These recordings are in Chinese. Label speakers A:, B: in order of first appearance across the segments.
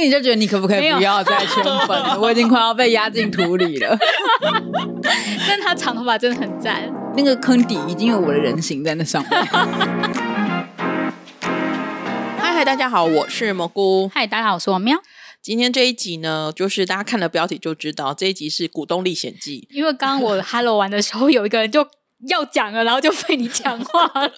A: 你就觉得你可不可以不要再圈粉了？ 我已经快要被压进土里了。
B: 但他长头发真的很赞。
A: 那个坑底已经有我的人形在那上 面。
C: 嗨嗨，大家好，我是蘑菇。
B: 嗨，大家好，我是王喵。
C: 今天这一集呢，就是大家看了标题就知道，这一集是《股东历险记
B: 因为刚刚我 Hello 完的时候，有一个人就要讲了，然后就被你讲话了。》。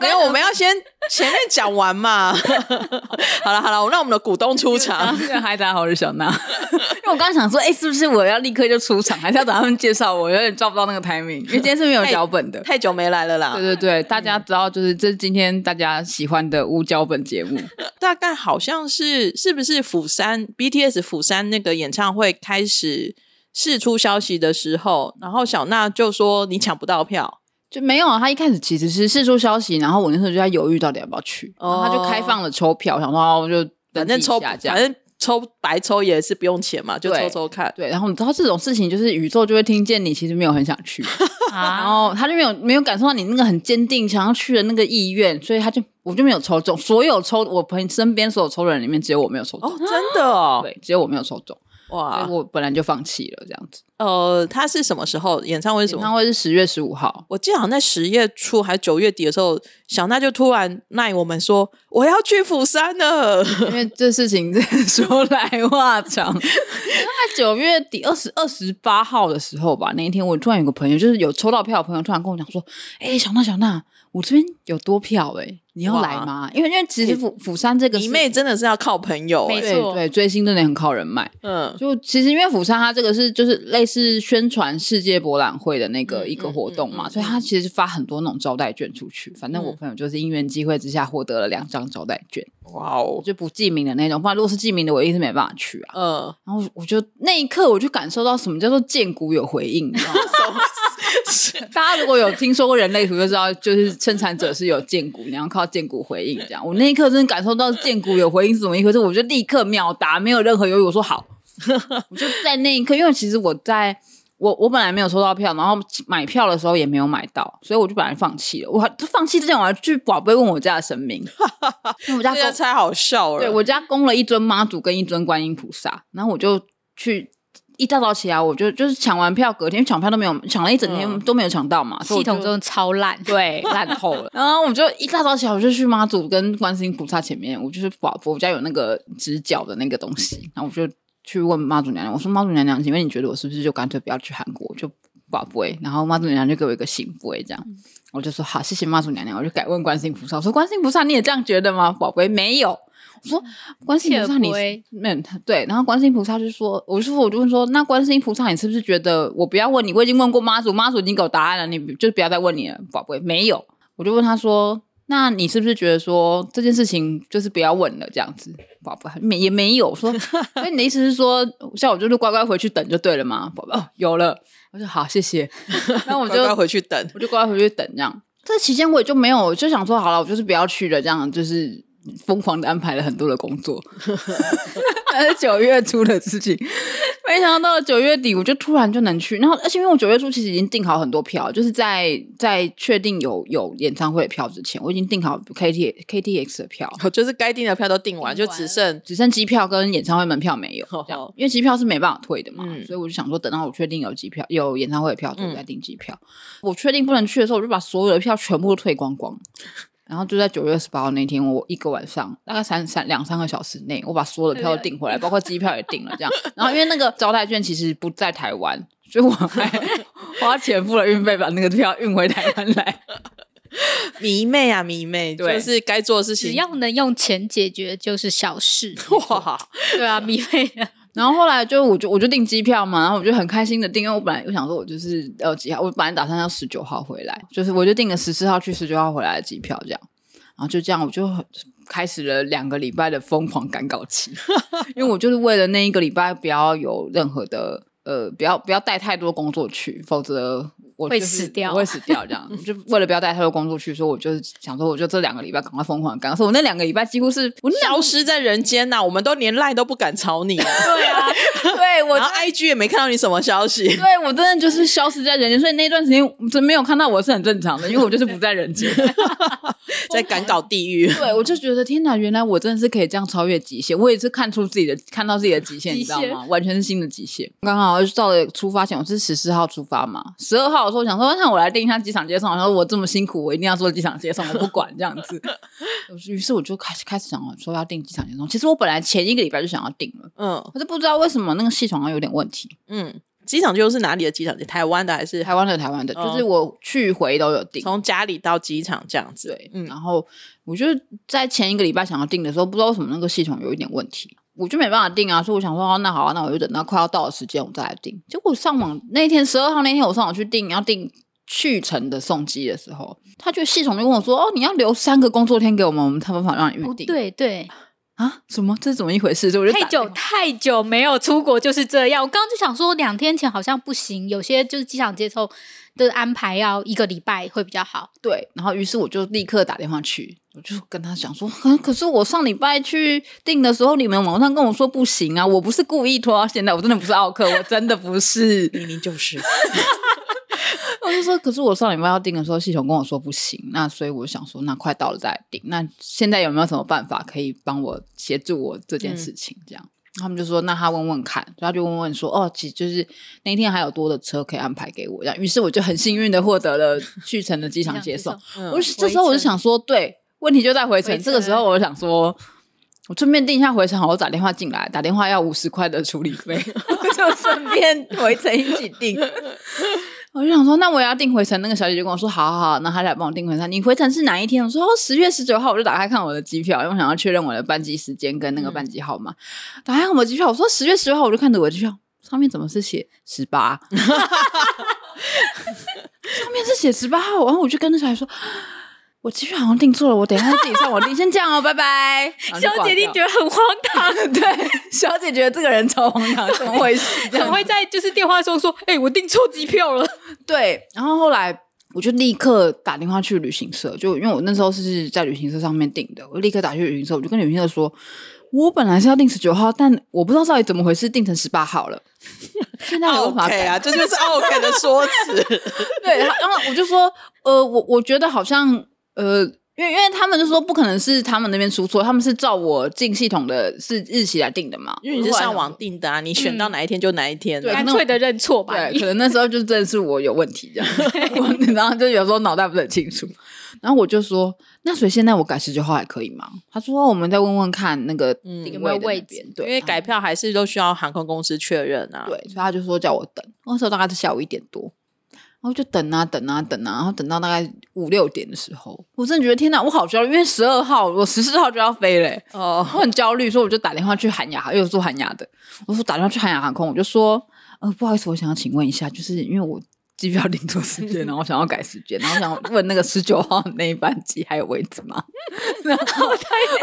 C: 没有，我们要先前面讲完嘛。 好了好了，我让我们的股东 出场。
A: 嗨，大家好，我是小娜。 因为我刚想说，哎、是不是我要立刻就出场，还是要找他们介绍我？有点抓不到那个 timing，因为今天是没有脚本 的。
C: 太久没来了啦
A: 哎对，对对，大家知道，就是这是今天大家喜欢的无脚本节目。
C: 大概好像是是不是釜山 BTS 釜山那个演唱会开始释出消息的时候，然后小娜就说你抢不到票，
A: 就没有啊，他一开始其实是释出消息，然后我那时候就在犹豫到底要不要去，
C: 哦
A: 然后他就开放了抽票，想说啊我就
C: 反正抽
A: 反
C: 反
A: 正
C: 正抽白抽也是不用钱嘛，就
A: 对
C: 抽抽看。
A: 对，然后你知道这种事情就是宇宙就会听见你其实没有很想去，然
B: 啊，
A: 哦后他就没有没有感受到你那个很坚定想要去的那个意愿，所以他就我就没有抽中，所有抽我朋友身边所有抽的人里面只有我没有抽中，
C: 哦，真的哦，啊
A: 对，只有我没有抽中，所
C: 哇
A: 以！我本来就放弃了这样子。
C: 呃，他是什么时候演唱会？什
A: 演
C: 么？
A: 唱会是十月十五号，
C: 我记得好像在十月初还是九月底的时候，小娜就突然赖我们说我要去釜山 了。
A: 因为这事情真的说来话长。在九月底二十二十八号的时候吧，那一天我突然有个朋友，就是有抽到票的朋友，突然跟我讲说：“哎、小娜小娜，我这边有多票哎、你要来吗？”因为因为其实釜釜山这个
C: 你
A: 是
C: 妹真的是要靠朋友、
B: 没
C: 欸，
A: 对
B: 错
A: 对追星真的很靠人脉。
C: 嗯，
A: 就其实因为釜山它这个是就是类似宣传世界博览会的那个一个活动嘛，
C: 嗯嗯嗯嗯
A: 所以它其实发很多那种招待券出去。反正我
C: 嗯
A: 朋友就是因缘机会之下获得了两张招待券，
C: 哇哦，
A: 就不记名的那种。不然如果是记名的，我一定是没办法去啊。
C: 嗯，
A: 然后我就那一刻我就感受到什么叫做见骨有回应，你知道吗
C: 哦
A: 大家如果有听说过人类图就知道，就是生产者是有见骨，你要靠见骨回应这样。我那一刻真的感受到见骨有回应是什么意思，我就立刻秒答，没有任何犹豫，我说好，我就在那一刻，因为其实我在。我我本来没有抽到票，然后买票的时候也没有买到，所以我就本来放弃了。我还放弃之前，我还去宝贝问我家的神明，因为我家
C: 大
A: 狗
C: 家太好笑了。
A: 对我家供了一尊妈祖跟一尊观音菩萨，然后我就去一大早起来，我就就是抢完票，隔天抢票都没有抢了一整天
C: 嗯
A: 都没有抢到嘛，所以
B: 系
A: 我就
B: 统真的超烂。
A: 对烂透了。 然后我就一大早起来，我就去妈祖跟观世音菩萨前面，我就是保我家有那个直角的那个东西，然后我就去问妈祖娘娘，我说妈祖娘娘，请问你觉得我是不是就干脆不要去韩国，就保不会？然后妈祖娘娘就给我一个醒不会这样。我就说好，谢谢妈祖娘娘。我就改问观世音菩萨，我说观世音菩萨，你也这样觉得吗？宝贝没有。我说观世音菩萨
B: 切
A: 你
B: 不会
A: 嗯对，然后观世音菩萨就说，我就说我就问说，那观世音菩萨你是不是觉得我不要问你？我已经问过妈祖，妈祖已经给我答案了，你就不要再问你了，宝贝没有。我就问他说，那你是不是觉得说这件事情就是不要问了这样子？宝贝没也没有说，所以你的意思是说，像我就是乖乖回去等就对了吗？宝贝、哦、有了，我说好谢谢，然后我
C: 我
A: 就
C: 就要回去等。
A: 我就乖乖回去等这样。这期间我也就没有，我就想说好了，我就是不要去了，这样就是疯狂的安排了很多的工作。 那是九月初的事情，没想到到九月底我就突然就能去，然后而且因为我九月初其实已经订好很多票，就是在在确定有有演唱会的票之前，我已经订好 K T K T X 的票，
C: 我就是该订的票都订完，
B: 订
C: 就
B: 完
C: 只剩
A: 只剩机票跟演唱会门票没有，这样
C: 哦
A: 因为机票是没办法退的嘛，
C: 嗯
A: 所以我就想说，等到我确定有机票、有演唱会的票，我再订机票。我确定不能去的时候，我就把所有的票全部都退光光。然后就在九月十八号那天，我一个晚上大概三三两三个小时内，我把所有的票都订回来，包括机票也订了。这样，然后因为那个招待券其实不在台湾，所以我还 花钱付了运费，把那个票运回台湾来。
C: 迷妹啊迷妹，
A: 对
C: 就是该做的事情。
B: 只要能用钱解决就是小事，
C: 哇，
B: 对啊，米菲
A: 然后后来就我就我就订机票嘛，然后我就很开心的订，因为我本来我想说我就是呃几号，我本来打算要十九号回来，就是我就订了十四号去十九号回来的机票这样，然后就这样我就很开始了两个礼拜的疯狂赶稿期， 因为我就是为了那一个礼拜不要有任何的呃不要不要带太多工作去，否则我、
B: 会
A: 就是
B: 死掉
A: 我会死掉这 样。就为了不要带太多工作去，所以我就是想说，我就这两个礼拜赶快疯狂干。所以我那两个礼拜几乎是我那两
C: 消失在人间呐、我们都连赖都不敢吵你， 对啊，
A: 对我
C: 然后 IG 也没看到你什么消 息，
A: 对我真的就是消失在人间，所以那段时间真没有看到我是很正常的，因为我就是不在人 间。
C: 在赶搞地狱。
A: 对，我就觉得天哪，原来我真的是可以这样超越极限。我也是看出自己的，看到自己的极限，
B: 极
A: 你知道
B: 限
A: 吗？完全是新的极限。刚好就到了出发前，我是十四号出发嘛，十二号的时候想说，哎那我来订一下机场接送。然后我这么辛苦，我一定要做机场接送，我不管这样子。我就 于是我就开始开始想说要订机场接送。其实我本来前一个礼拜就想要订了，
C: 嗯
A: 可是不知道为什么那个系统好像有点问题。
C: 嗯，机场就是哪里的机场？台湾的还是
A: 台湾的台湾的，就
C: 哦
A: 是我去回都有订。
C: 从家里到机场这样子？
A: 对，啊
C: 嗯
A: 然后我就在前一个礼拜想要订的时候，不知道为什么那个系统有一点问题，我就没办法订啊，所以我想说，哦那好啊，那我就等到快要到的时间我再来订。结果上网那一天十二号那天我上网去订，要订去程的送机的时候，他就系统就跟我说，哦，你要留三个工作天给我们，我们才有办法让你预
B: 哦
A: 定。
B: 对对，
A: 啊，什么？这是怎么一回事？所以我就
B: 太
A: 打电
B: 久
A: 话
B: 太久没有出国就是这样。我刚刚就想说，两天前好像不行，有些就是机场接送的安排要一个礼拜会比较好。
A: 对，然后于是我就立刻打电话去，我就跟他讲说，啊可可是我上礼拜去订的时候，你们网上跟我说不行啊，我不是故意拖到现在，我真的不是奥克，我真的不是。
C: 明明就是，
A: 我就说，可是我上礼拜要订的时候，系统跟我说不行，那所以我想说，那快到了再来订。那现在有没有什么办法可以帮我协助我这件事情？这样，他们就说，那他问问看，所以他就问问说，哦，其实就是那一天还有多的车可以安排给我，这样。于是我就很幸运的获得了去程的机场接送。
C: 嗯
A: 我就这时候我就想说，对，问题就在回程。
B: 回程
A: 这个时候我就想说，我顺便订一下回程，好，我打电话进来，打电话要五十块的处理费，我就顺便回程一起订。我就想说，那我也要订回程。那个小姐就跟我说，好好好，那她来帮我订回程。你回程是哪一天？我说哦，十月十九号。我就打开看我的机票，因为我想要确认我的班机时间跟那个班机号码。打开看我的机票，我说十月十九号，我就看着我的机票，上面怎么是写十 八？上面是写十八号，然后我就跟那小姐说。我机票好像订错了，我等一下自己上网订，先这样哦，拜拜。然后就
B: 小
A: 挂
B: 姐，你
A: 掉
B: 觉得很荒唐，
A: 对，小姐觉得这个人超荒唐，怎么回事？这样
B: 很会在就是电话中说，哎、我订错机票了。
A: 对，然后后来我就立刻打电话去旅行社，就因为我那时候是在旅行社上面订的，我立刻打去旅行社，我就跟旅行社说，我本来是要订十九号，但我不知道到底怎么回事，订成十八号了。 现在有办法
C: OK
A: 改
C: 啊，这就是 OK 的说辞。
A: 对，然后我就说，呃，我我觉得好像，呃，因为因为他们就说不可能是他们那边出错，他们是照我进系统的是日期来定的嘛，
C: 因为你是上网订的啊，你选到哪一天就哪一天、
A: 嗯对
C: 啊。
B: 干脆的认错吧。
A: 对，
B: 你
A: 可能那时候就真的是我有问题这 样，我然后就有时候脑袋不是很清楚，然后我就说，那所以现在我改十九号还可以吗？他说我们再问问看那个
C: 嗯
A: 定
B: 有没
A: 位
B: 有
A: 的那
B: 位
A: 边
B: 置
A: 对，啊
C: 因为改票还是都需要航空公司确认啊。
A: 对，所以他就说叫我等，那时候大概是下午一点多。然后就等啊等啊等啊，然后等到大概五六点的时候，我真的觉得天哪，我好焦虑，因为十二号我十四号就要飞嘞、欸
C: 哦，
A: 我很焦虑，所以我就打电话去韩亚，又是做韩亚的，我说打电话去韩亚航空，我就说，呃，不好意思，我想要请问一下，就是因为我机票订错时间，然后我想要改时间，然后我想问那个十九号那一班机还有位置吗？ 然后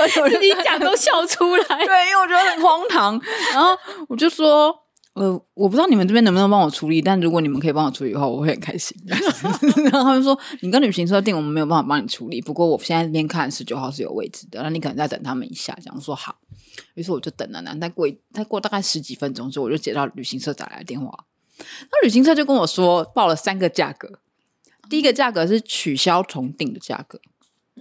A: 而且我就
B: 自己讲都笑出来。
A: 对，因为我觉得很荒唐。然后我就说，呃，我不知道你们这边能不能帮我处理，但如果你们可以帮我处理的话， 我会很开心。然后他们说，你跟旅行社订，我们没有办法帮你处理，不过我现在这边看十九号是有位置的，那你可能再等他们一下。这样我说好，于是我就等了等，再过一再过大概十几分钟之后，我就接到旅行社打来的电话，那旅行社就跟我说报了三个价格。第一个价格是取消重订的价格，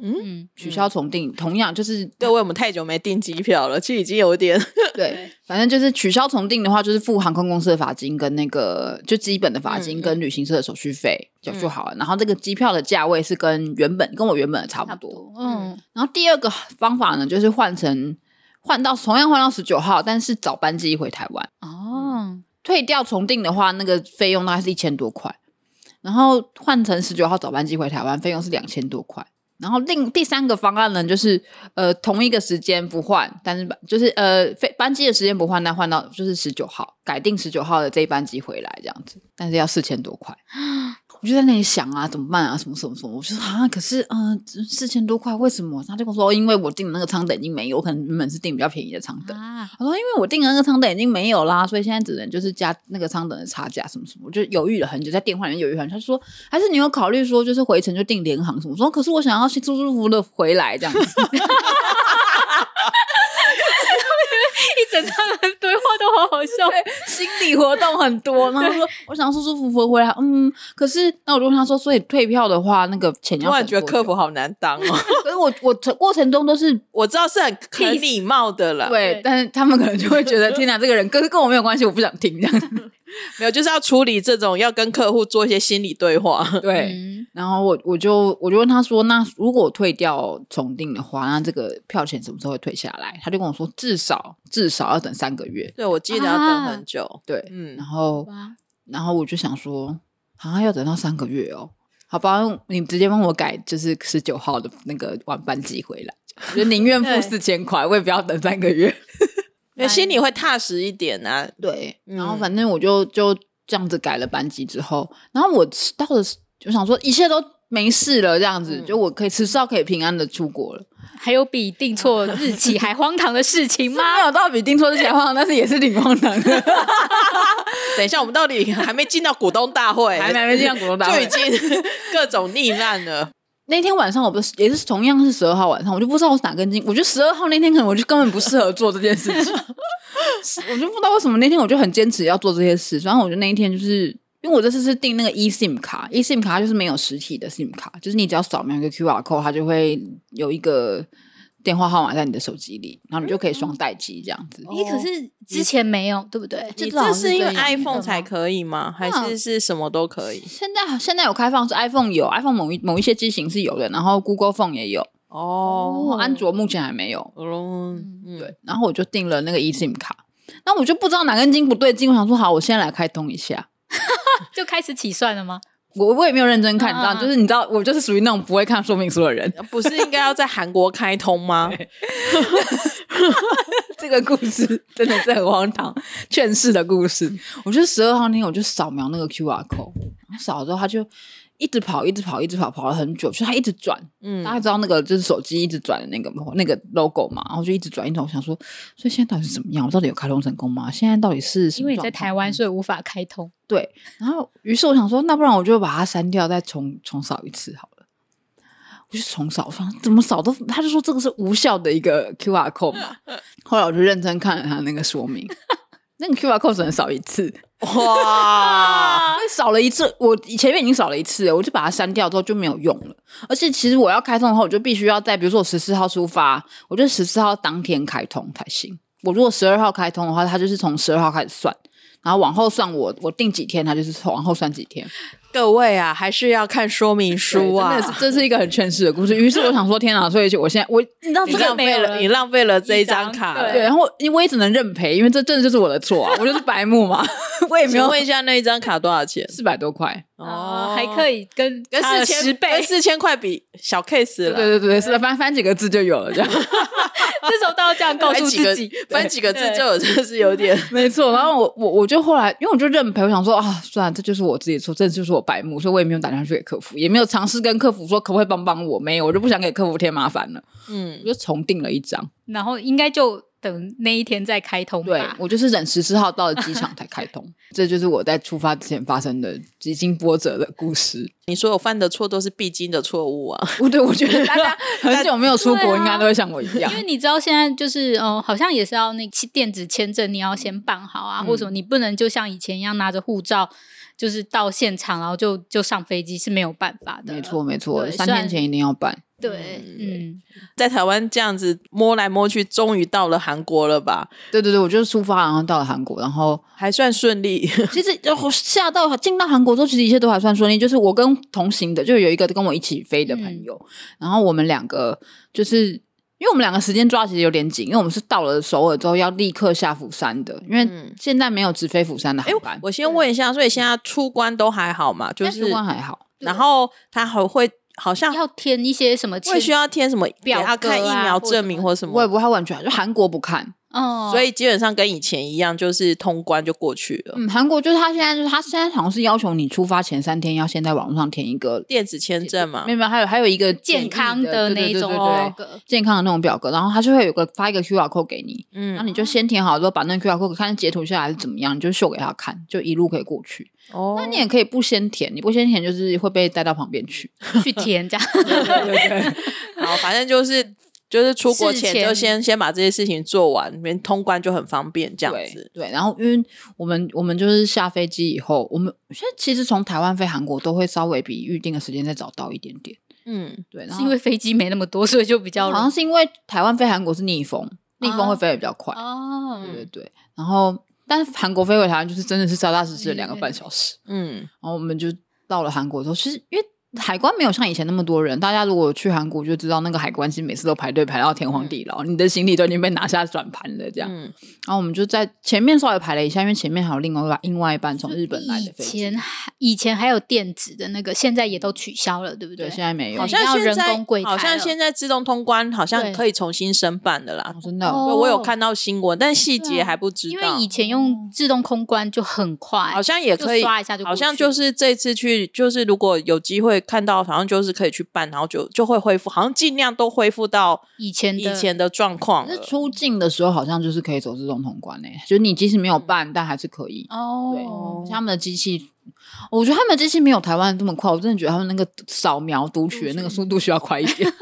B: 嗯，
A: 取消重订，同样就是
C: 各位，我们太久没订机票了，其实已经有点
A: 对，反正就是取消重订的话，就是付航空公司的罚金跟那个就基本的罚金跟旅行社的手续费就就好了。然后这个机票的价位是跟原本跟我原本的嗯差不
B: 差
A: 多。
B: 不多。嗯，
A: 然后第二个方法呢，就是换成换到同样换到十九号，但是早班机回台湾。
B: 哦，
A: 退掉重订的话，那个费用大概是一千多块，然后换成十九号早班机回台湾，费用是两千多块。然后另第三个方案呢，就是呃同一个时间不换，但是就是呃飞班机的时间不换，但换到就是十九号，改定十九号的这一班机回来这样子，但是要四千多块。我就在那里想啊，怎么办啊，什么什么什么，我就说啊，可是嗯，四、千多块，为什么？他就跟我说，哦因为我订的那个舱等已经没有，我可能原本是订比较便宜的舱等。
B: 啊，
A: 他说，因为我订的那个舱等已经没有啦，所以现在只能就是加那个舱等的差价什么什么。我就犹豫了很久，在电话里面犹豫很久。他说，还是你有考虑说，就是回程就订联航什么？我说，可是我想要舒舒服服的回来这样子。
B: 一整趟的对话都好好笑。
A: 心理活动很多。然后他说我想要舒舒服服回来，嗯，可是那我就问他说，所以退票的话，那个钱 要
C: 突然
A: 等
C: 觉得
A: 多
C: 客
A: 久
C: 服，好难当 哦。
A: 可是我我过程中都是
C: 我知道是 很很礼貌的啦，
A: 对
B: 对，
A: 但是他们可能就会觉得天哪，这个人跟跟我没有关系，我不想听这样子。
C: 没有就是要处理这种要跟客户做一些心理对话。
A: 对，
B: 嗯，
A: 然后我我就我就问他说，那如果我退掉重订的话，那这个票钱什么时候会退下来？他就跟我说，至少至少要等三个月。
C: 对，我记得要等
A: 啊
C: 很久。
A: 对，
C: 嗯
A: 然，后
B: 哇，
A: 然后我就想说，啊，要等到三个月哦，好吧，你直接帮我改，就是十九号的那个晚班机回来，我就宁愿付
B: 对
A: 四千块，我也不要等三个 月。
C: 因为心里会踏实一点啊。
A: 对，然后
C: 嗯
A: 反正我就就这样子改了班机之后，然后我吃到了，就想说一切都没事了，这样子、
C: 嗯
A: 就我可以迟早可以平安的出国了。
B: 还有比订错日期还荒唐的事 情吗？
A: 妈有到比订错之前荒唐，但是也是挺荒唐 的，
C: 等一下，我们到底还没进到股东大会，
A: 还没没进到股东大会
C: 就已经各种糨 烂了。
A: 那天晚上我不是也是同样是十二号晚上，我就不知道我是哪根筋。我觉得十二号那天可能我就根本不适合做这件事 情，我就不知道为什么那天我就很坚持要做这些事。然后我就那一天就是因为我这次是订那个 eSIM 卡，eSIM 卡它就是没有实体的 SIM 卡，就是你只要扫描一个 QR code，它就会有一个电话号码在你的手机里，然后你就可以双待机这样子。
B: 你可是之前没有，对不哦对？
A: 这
C: 你
A: 个好
C: 这
A: 像是
C: 是因为
A: 这样
C: iPhone 才可以吗？还
A: 嗯
C: 是是什么都可以？
A: 现在现在有开放是 iPhone 有 iPhone 某一某一些机型是有的，然后 Google Phone 也有，
C: 哦，
A: 哦，安卓目前还没有。
C: 嗯，
A: 对，然后我就订了那个 eSIM 卡，那我就不知道哪根筋不对劲，我想说好，我现在来开通一下。
B: 就开始起算了吗？
A: 我我也没有认真看，你知道，
B: 嗯嗯
A: 就是你知道，我就是属于那种不会看说明书的人。
C: 不是应该要在韩国开 通吗？
A: 这个故事真的是很荒唐，劝世的故事。我就十二号那天，我就扫描那个 QR code，然后扫了之后，他就一直跑，一直跑，一直跑，跑了很久，就他一直转，
C: 嗯
A: 大，家知道那个就是手机一直转的那个那个 logo 嘛，然后就一直转，一直转。我想说，所以现在到底是怎么样？我到底有开通成功吗？现在到底是什
B: 因
A: 么
B: 为你在
A: 状况嗯
B: 台湾，所以无法开通。
A: 对，然后于是我想说，那不然我就把它删掉，再重重扫一次好了。我就重扫，反正怎么扫都，他就说这个是无效的一个 QR code 嘛。后来我就认真看了他那个说明，那个 QR code 只能扫一次，
C: 哇，
A: 因为扫了一次，我前面已经扫了一次了，我就把它删掉之后就没有用了。而且其实我要开通的话，我就必须要在比如说我十四号出发，我就十四号当天开通才行。我如果十二号开通的话，它就是从十二号开始算，然后往后算我我定几天，它就是从往后算几天。
C: 各位啊，还是要看说明书
A: 对真。
C: 啊
A: 的是这是一个很劝世的故事。于是我想说，天哪！所以就我现在我你知道
C: 你
A: 这
C: 浪
A: 个
B: 没
C: 费
B: 有
C: 了，
B: 了
C: 你浪费了这一张
B: 一
C: 卡
B: 张
C: 了。
A: 对，然后因为我也只能认赔，因为这真的就是我的错啊，我就是白目嘛， 我也没
C: 请
A: 有
C: 问一下，那一张卡多少钱？
A: 四百多块。
B: 哦，还可
C: 以，
B: 以跟
C: 跟
B: 差
C: 四
B: 了
C: 千
B: 十倍
C: 跟，四千块比小 case
A: 对
C: 了。
A: 对对对，是的，翻翻几个字就有了，这样
B: 这时候都要这样告诉
C: 翻几
B: 自
C: 个
B: 己，
C: 翻几个字
B: 对
C: 就有，真的是 有点。
A: 没错。然后我我我就后来，因为我就认赔，我想说啊，算了，这就是我自己的错，这就是我白目，所以我也没有打电话去给客服，也没有尝试跟客服说可不可以帮帮我，没有，我就不想给客服添麻烦了，我
C: 嗯，
A: 就重订了一张。
B: 然后应该就等那一天再开通
A: 对
B: 吧。
A: 我就是忍十四号到了机场才开通，这就是我在出发之前发生的几经波折的故事。
C: 你所有犯的错都是必经的错误啊。
A: 不对，我觉得大家 很久没有出
B: 对
A: 国，
B: 啊
A: 应该都会像我一样
B: 因。为你知道现在就是，嗯、好像也是要那个电子签证，你要
A: 嗯
B: 先办好啊，或者你不能就像以前一样拿着护照，就是到现场然后就就上飞机是没有办法的。
A: 没错，，没错，
B: 对
A: 三
B: 虽
A: 天
B: 然
A: 前一定要办。
B: 对，嗯，
C: 在台湾这样子摸来摸去，终于到了韩国了吧？
A: 对对对，我就出发，然后到了韩国，然后
C: 还算顺利。
A: 其实我下到进到韩国之后，其实一切都还算顺利。就是我跟同行的，就有一个跟我一起飞的朋友，然后我们两个就是因为我们两个时间抓其实有点紧，因为我们是到了首尔之后要立刻下釜山的，因为
C: 嗯
A: 现在没有直飞釜山的
C: 哎
A: 航班，，
C: 我先问一下，所以现在出关都还好嘛？就
A: 但
C: 是
A: 是，还好。
C: 然后他还会好像
B: 要填一些什么签
C: 会需要填什么
B: 表
C: 给他看
B: 格
C: 疫
B: 啊
C: 苗
B: 或
C: 证
B: 什
C: 明
B: 么
C: 或什
A: 我也
C: 么？
A: 不太完全，就韩国不看，
B: 哦，
C: 所以基本上跟以前一样，就是通关就过去了。
A: 嗯，韩国就是他现在就是他现在好像是要求你出发前三天要先在网络上填一个，
C: 电子签证嘛
A: 没，有没有，还有还有一个
B: 健康
A: 的
B: 的那一种
A: 对
B: 哦
A: 对对对对
B: 格
A: 健康的那种表格，然后他就会有个发一个 QR code 给你，那
C: 嗯，
A: 你就先填好之后把那个 QR code 看截图下来是怎么样，你就秀给他看，就一路可以过去。
C: 哦
A: 那你也可以不先填，你不先填就是会被带到旁边去。
B: 去填这样。
C: 好，反正就是就是出国前
B: 事前
C: 就先先把这些事情做完，连通关就很方便这样子
A: 对。对，然后因为我们我们就是下飞机以后，我们现在其实从台湾飞韩国都会稍微比预定的时间再早到一点点。
C: 嗯，
A: 对，然
B: 是
A: 后
B: 因为飞机没那么多，所以就比较
A: 好
B: 容
A: 像
B: 易
A: 是因为台湾飞韩国是逆
C: 啊
A: 风，逆风会飞得比较快。
B: 哦
A: 对对对，然后但是韩国飞回台湾就是真的是扎扎实实的
B: 嗯
A: 两个半小时。
C: 嗯，
A: 然后我们就到了韩国之后，其实因为。海关没有像以前那么多人，大家如果去韩国就知道，那个海关是每次都排队排到天荒地老，你的行李都已经被拿下转盘了这样。
C: 嗯
A: 然后我们就在前面稍微排了一下，因为前面还有另外一另外一班从日本来的
B: 以
A: 飞机，
B: 前还以前还有电子的那个，现在也都取消了，对不
A: 对，
B: 对？
A: 现在没有，
C: 好
B: 好
C: 像
B: 你要
C: 现在
B: 人工柜台
C: 好像
B: 了
C: 现在自动通关，好像
B: 对
C: 可以重新申办的啦。
A: 真的
B: 哦
C: 我有看到新闻，但细
B: 对
C: 节
B: 啊
C: 还不知道。
B: 因为以前
A: 嗯
B: 用自动空关就很快，
C: 好像也可以
B: 就刷一下就过去
C: 好像就是这次去，就是如果有机会看到，好像就是可以去办，然后就就会恢复，好像尽量都恢复到
B: 以前
C: 以
B: 的
C: 前的状况
A: 可是
C: 了。
A: 出境的时候好像就是可以走自动通关诶、就是你即使没有办，但还是可以。
B: 哦，
A: 像他们的机器，我觉得他们的机器没有台湾这么快，我真的觉得他们那个扫描读取的那个速度需要快一点。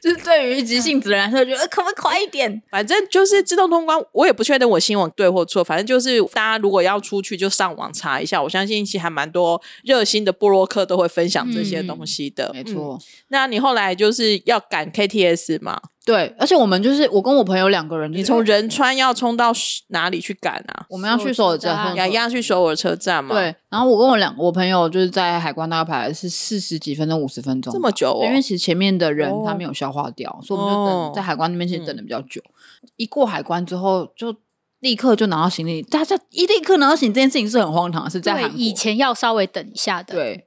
A: 就是对于急性子的人来说，觉得呃可不可以快一点？
C: 反正就是自动通关，我也不确定我新闻对或错。反正就是大家如果要出去，就上网查一下。我相信其实还蛮多热心的布洛克都会分享这些东西的。
A: 没
C: 嗯
A: 错，
C: 那你后来就是要赶 KTS 嘛？
A: 对，而且我们就是我跟我朋友两个人，
C: 你从仁川要冲到哪里去赶啊？
A: 我们要去首尔站，
C: 雅亚去首尔车站嘛？，
A: 嗯对，然后我跟我两我朋友就是在海关大概排了是四十几分钟、五十分钟吧，
C: 这么久哦
A: 对因为其实前面的人
C: 哦
A: 他没有消化掉，所以我们就
C: 哦
A: 等在海关那边其实等的比较久。一过海关之后，就立刻就拿到行李，大家一立刻拿到行李这件事情是很荒唐的，是在
B: 对
A: 韩国
B: 以前要稍微等一下的，
A: 对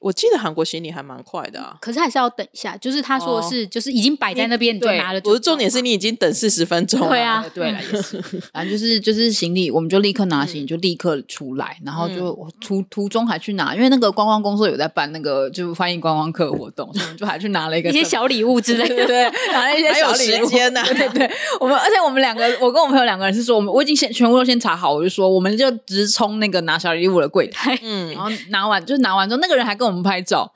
C: 我记得韩国行李还蛮快的啊。
B: 可是还是要等一下，就是他说
C: 哦
B: 是，就是已经摆在那边，你就
A: 对
B: 拿了就走嘛。
C: 不是重点是你已经等四十分钟了，
B: 对啊，
A: 对啦，也是，反正就是就是行李，我们就立刻拿行李，就立刻出来，然后就我途途中还去拿，因为那个观光公司有在办那个就欢迎观光客活动，所以我们就还去拿了一个
B: 一些
A: 什么
B: 小礼物 之类
A: 对
B: 的。
A: 对，拿了一些
C: 还有
A: 小礼物
C: 时间啊呢
A: 对对对，我们而且我们两个，我跟我朋友两个人是说，我们我已经先全部都先查好，我就说我们就直冲那个拿小礼物的柜台，
C: 嗯
A: 然，后拿完就是拿完之后，那个人还跟我们拍照，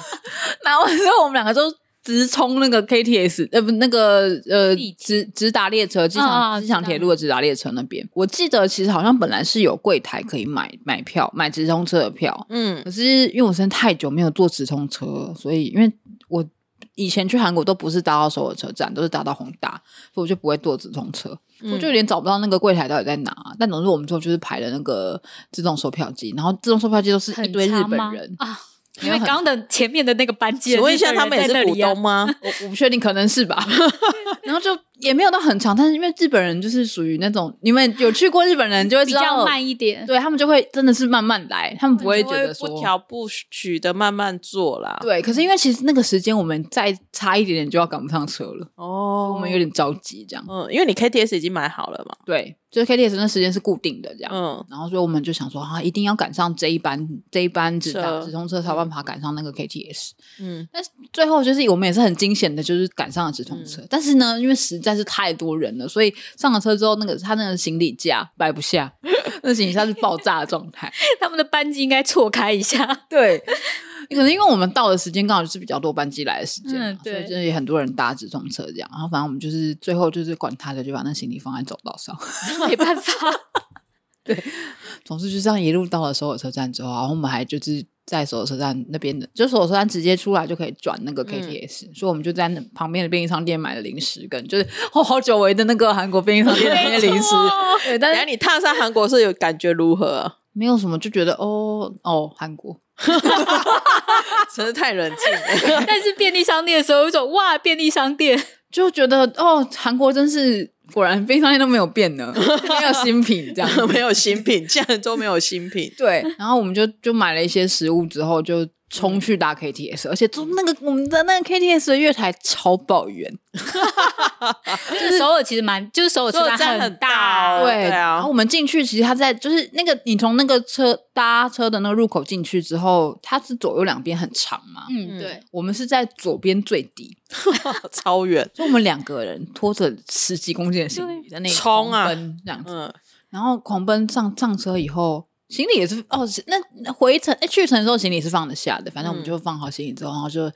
A: 拿完之后我们两个都。直冲那个 KTS，呃不，那个呃
B: 地
A: 直直达列车，机场、
B: 啊啊
A: 机场
B: 知道
A: 铁路的直达列车那边。我记得其实好像本来是有柜台可以买买票，买直通车的票，
C: 嗯，
A: 可是因为我真的太久没有坐直通车了，所以因为我以前去韩国都不是搭到首尔车站，都是搭到宏大，所以我就不会坐直通车，
C: 嗯
A: 我就有点找不到那个柜台到底在哪。啊但总之我们最后就是排了那个自动售票机，然后自动售票机都是一
B: 很
A: 堆日
B: 长
A: 本
B: 吗
A: 人，
B: 啊，
A: 没
B: 因
A: 有
B: 为
A: 很
B: 刚的前面的那个班机，
C: 请问一下，他们也是股
B: 啊
C: 东？吗？
A: 我我不确定可能是吧。 然后就也没有到很长，但是因为日本人就是属于那种你们有去过日本人就会
B: 比
A: 知道，
B: 较慢一点，
A: 对他们就会真的是慢慢来，他们不会
C: 就
A: 觉得说
C: 不调不许的慢慢做啦。
A: 对，可是因为其实那个时间我们再差一点点就要赶不上车了，
C: 哦，
A: 我们有点着急这样。
C: 嗯，因为你 KTS 已经买好了嘛，
A: 对，就是 KTS 那时间是固定的这样。
C: 嗯
A: 然后所以我们就想说啊，一定要赶上这一班这一班直达
C: 车
A: 直通车，才有办法赶上那个 KTS。
C: 嗯，
A: 但是最后就是我们也是很惊险的，就是赶上了直通
C: 嗯
A: 车。但是呢，因为实在是太多人了，所以上了车之后，那个他那个行李架摆不下， 那行李架是爆炸的状态。
B: 他们的班机应该错开一下。
A: 对，可能因为我们到的时间刚好就是比较多班机来的时间嘛、
B: 嗯
A: 所以
B: 对
A: 就是也很多人搭直通车这样。然后反正我们就是最后就是管他的，就把那行李放在走道上。
B: 没办法，
A: 总之就这样一路到了首尔车站之后，然后我们还就是在首尔车站那边的，就首尔车站直接出来就可以转那个 KTS，、所以我们就在那旁边的便利商店买了零食跟就是哦好久违的那个韩国便利商店的那些零食。对，但
C: 等
A: 是
C: 下你踏上韩国是有感觉如何啊？
A: 没有什么，就觉得哦哦韩国，
C: 真是太冷静了。
B: 但是便利商店的时候有一种哇，便利商店
A: 就觉得哦韩国真是果然便利商店都没有变呢，没有新品这样。
C: 没有新品，竟然都没有新品。
A: 对，然后我们就就买了一些食物之后，就冲去搭 KTS，、而且就那个我们的那个 KTS 的月台超抱怨，
B: 就是首尔其实蛮，就是首尔车
C: 首尔站
B: 很
C: 很大哦对啊
A: 然后我们进去，其实它在就是那个你从那个车搭车的那个入口进去之后，它是左右两边很长嘛，
B: 嗯，
C: 嗯
B: 对，
A: 我们是在左边最底，
C: 超远，
A: 所以我们两个人拖着十几公斤的行李在那里
C: 冲啊
A: 狂奔这样子，
C: 嗯，
A: 然后狂奔上上车以后，行李也是哦，是那那回程哎去程的时候行李是放得下的，反正我们
C: 嗯
A: 就放好行李之后，然后就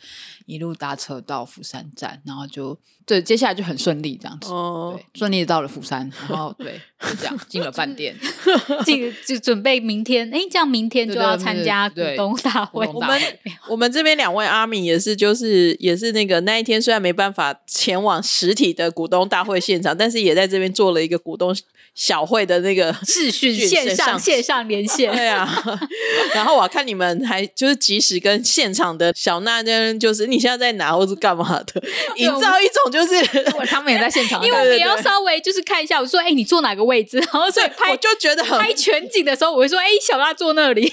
A: 一路搭车到釜山站，然后就对，接下来就很顺利这样子。
C: 哦
A: 对，，顺利地到了釜山，然后对，就这样进了饭店。
B: 这个就准备明天，哎，这样明天就
A: 对对
B: 要
A: 对
B: 参加股
A: 对
B: 东大会，
A: 股东
C: 我
A: 大
C: 们我们这边两位阿米也是，就是也是那个那一天虽然没办法前往实体的股东大会现场，但是也在这边做了一个股东小会的那个。
B: 视讯
C: 讯
B: 线
C: 线
B: 上
C: 上
B: 线上连线，
C: 对啊， 然后我看你们还就是及时跟现场的小娜跟就是你现在在 哪或是干嘛的，营造一种就是
A: 他们也在现场，啊
B: 因为我
A: 对对
B: 们也要稍微就是看一下，我说，哎，你坐哪个位置？然后所以
C: 我
B: 拍
C: 就觉得很
B: 拍全景的时候，我会说，哎，小辣坐那里，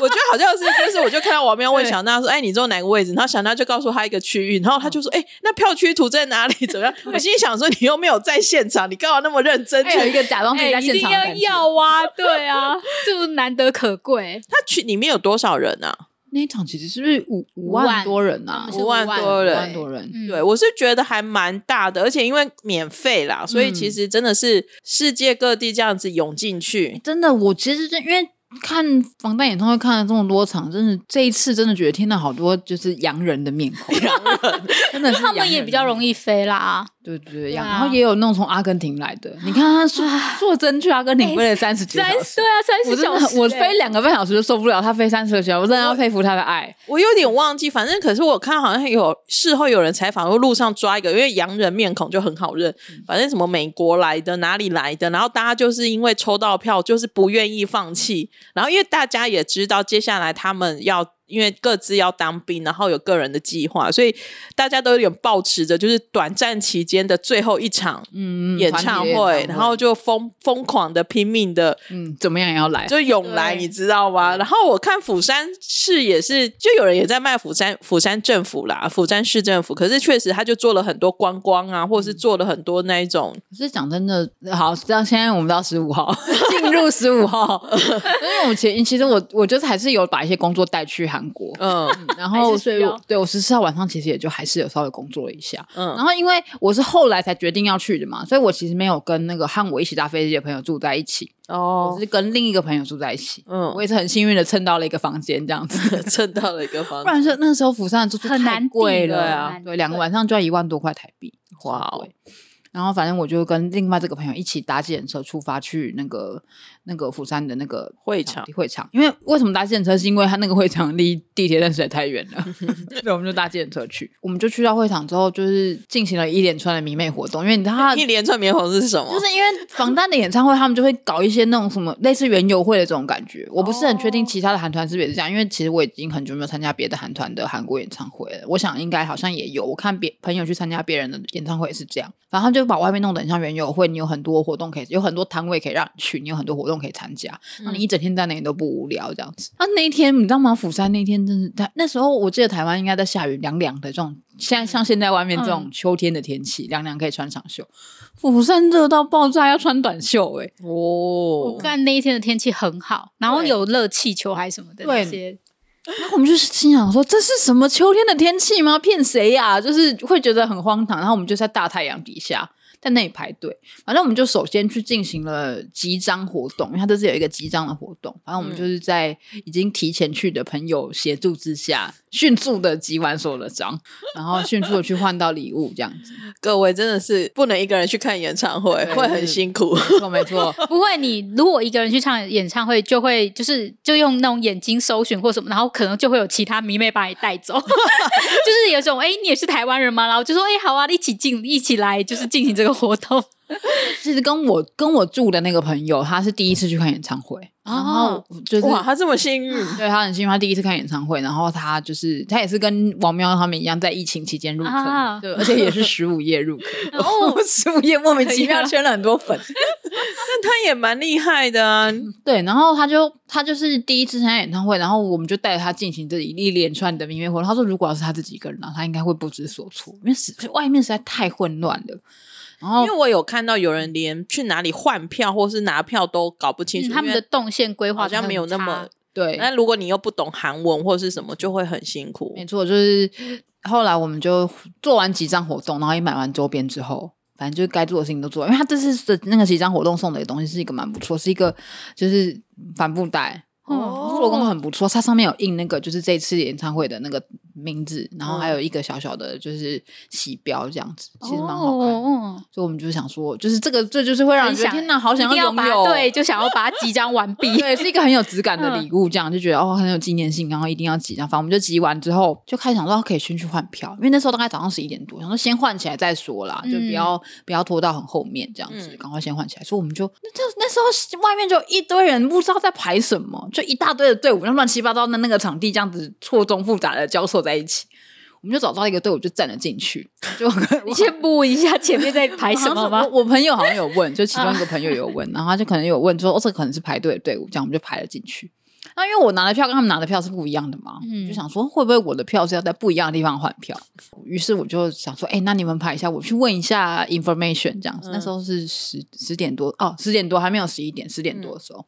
C: 我觉得好像是，就是我就看到王喵问小娜说：“哎，你坐哪个位置？”然后小娜就告诉他一个区域，然后他就说：“哎，那票区图在哪里？怎么样？”我心里想说：“你又没有在现场，你干嘛那么认真？”
A: 还有一
C: 去
A: 个假装自己
B: 哎，
A: 在
B: 一
A: 现
B: 定
A: 场的
B: 要
A: 感觉。
B: 要啊，对啊，这不难得可贵，
C: 他去里面有多少人啊？
A: 那一场其实是不是五五
B: 五万
A: 万多人
B: 他
A: 啊
B: 们？
C: 是五万多人
A: 五万多人，
B: 嗯
C: 对，我是觉得还蛮大的，而且因为免费啦，所以其实真的是世界各地这样子涌进去。
A: 真的，我其实真因为看防弹演唱会看了这么多场，真的这一次真的觉得天呐，好多就是洋人的面孔，洋人真的是
B: 他们也比较容
A: 易，
B: 易飞啦，
A: 对对对，
B: 对啊
A: 洋然后也有那种从阿根廷来的，你看他坐坐真去阿根廷飞了三十几个
B: 三
A: 小时
B: 对。啊，三
A: 我
B: 十
A: 真的
B: 小时
A: 很，我
B: 欸
A: 飞两个半小时就受不了，他飞三十个小时，我真的要佩服他的爱。
C: 我有点忘记，反正可是我看好像有事后有人采访说路上抓一个，因为洋人面孔就很好认，反正什么美国来的哪里来的，然后大家就是因为抽到票就是不愿意放弃，然后因为大家也知道接下来他们要。因为各自要当兵，然后有个人的计划，所以大家都有点抱持着就是短暂期间的最后一场
A: 嗯，嗯
C: 演唱会，
A: 团体的
C: 然后就疯疯狂的拼命的
A: 嗯，怎么样也要 来。
C: 就涌来，
B: 对
C: 你知道吗？然后我看釜山市也是，就有人也在卖釜山釜山政府啦，釜山市政府。可是确实，他就做了很多观光啊，或者是做了很多那一种，
A: 可是讲真的，好，这样现在我们到十五号，进入十五号，因为我前其实我我就是还是有把一些工作带去韩国，
C: 嗯
A: 然后
B: 还是需
A: 所以
B: 要
A: 我对我十四号晚上其实也就还是有稍微工作了一下。然
C: 嗯
A: 后因为我是后来才决定要去的嘛，所以我其实没有跟那个和我一起搭飞机的朋友住在一起，我
C: 哦
A: 是跟另一个朋友住在一起。
C: 嗯，
A: 我，也是很幸运的蹭到了一个房间这样子
C: 蹭到了一个方
A: 不然是那时候釜山的住宿
B: 很难
A: 太贵
B: 订
A: 了
B: 对啊
A: 对，两个晚上就要一万多块台币，
C: 哇哦
A: 超贵！然后反正我就跟另外这个朋友一起搭计程车出发去那个那个釜山的那个
C: 会场
A: 会场，因为为什么搭计程车？是因为他那个会场离地铁站实在太远了，所以我们就搭计程车去。我们就去到会场之后，就是进行了一连串的迷妹活动，因为你知道他
C: 一连串棉红是什
A: 就
C: 么？
A: 是因为防弹的演唱会，他们就会搞一些那种什么类似园游会的这种感觉。我不是很确定其他的韩团是不是也是这样，因为其实我已经很久没有参加别的韩团的韩国演唱会了。我想应该好像也有，我看别朋友去参加别人的演唱会也是这样。反正他就把外面弄得很像园游会，你有很多活动可以，有很多摊位可以让你去，你有很多活动可以参加，那你一整天在那里都不无聊这样子。啊那那一天你知道吗？釜山那天真是台，那时候我记得台湾应该在下雨，凉凉的这种。现在像现在外面这种
B: 嗯
A: 秋天的天气，凉凉可以穿长袖。釜山热到爆炸，要穿短袖哎、
C: 哦
A: 嗯
B: 我看那一天的天气很好，然后
C: 对
B: 有热气球还是什么的那
A: 对
B: 些，
A: 然后我们就是心想说，这是什么秋天的天气吗？骗谁呀、就是会觉得很荒唐。然后我们就在大太阳底下在那里排队，反正我们就首先去进行了集章活动，因为它这次有一个集章的活动。反正我们就是在已经提前去的朋友协助之下，迅速的集完所有的章，然后迅速的去换到礼物，这样子。
C: 各位真的是不能一个人去看演唱会，
A: 对
C: 会很辛苦。
A: 没错没错，
B: 不会，你如果一个人去唱演唱会，就会就是就用那种眼睛搜寻或什么，然后可能就会有其他迷妹把你带 走，就是有一种哎、你也是台湾人吗？然后就说哎、好啊，一起进一起来，就是进行这个活动。
A: 其实跟我跟我住的那个朋友，他是第一次去看演唱会，然后就是
C: 哇，他这么幸运，
A: 对他很幸运，他第一次看演唱会，然后他就是他也是跟王喵他们一样，在疫情期间入坑，
B: 啊
A: 对，而且也是十五夜入坑，
B: 哦，
A: 十五夜莫名其妙圈了很多粉，
C: 但他也蛮厉害的啊。
A: 对，然后他就他就是第一次参加演唱会，然后我们就带着他进行这一一连串的音乐活动。他说，如果要是他自己一个人啊，他应该会不知所措，因为实外面实在太混乱了。然后
C: 因为我有看到有人连去哪里换票或是拿票都搞不清
B: 嗯
C: 楚，
B: 他们的
C: 因为
B: 动线规划
C: 好像没有那
B: 很
C: 么
B: 差。
A: 对，
C: 那如果你又不懂韩文或是什么，就会很辛苦
A: 没。错，就是后来我们就做完几张活动，然后也买完周边之后，反正就是该做的事情都做完。因为他这次的那个几张活动送的东西是一个蛮不错，是一个就是帆布袋。
B: 哦
A: 做工很不错，它上面有印那个就是这次演唱会的那个名字，然后还
B: 哦
A: 有一个小小的就是喜标这样子，其实蛮好看的。
B: 哦，
A: 所以我们就想说，就是这个，这就是会让人觉得
B: 很想
A: 天哪，好
B: 一
A: 想
B: 定要
A: 要
B: 把
A: 拥
B: 它
A: 有，哦
B: 对，就想要把它集章完 毕。
A: 对，是一个很有质感的礼物，这样就觉得哦很有纪念性，然后一定要集。然后反正我们就集完之后，就开始想说哦可以先去换票，因为那时候大概早上十一点多，想说先换起来再说啦，就不要、不要拖到很后面这样子，
C: 嗯
A: 赶快先换起来。所以我们就那就那时候外面就一堆人不知道在排什么，就一大堆的队伍，就乱七八糟的那个场地这样子错综复杂的交错在一起。我们就找到一个队伍，就站了进去，就
B: 你先摸一下前面在排什么
A: 好像
B: 吗啊
A: 是？我我朋友好像有问，就其中一个朋友有问，然后他就可能有问说，哦，这可能是排队的队伍，这样我们就排了进去。那因为我拿的票跟他们拿的票是不一样的嘛，
B: 嗯
A: 就想说会不会我的票是要在不一样的地方换票？于是我就想说，哎、那你们排一下，我去问一下 information 这样子。
C: 嗯
A: 那时候是十十点多哦，十点多还没有十一点，十点多
B: 嗯
A: 的时候。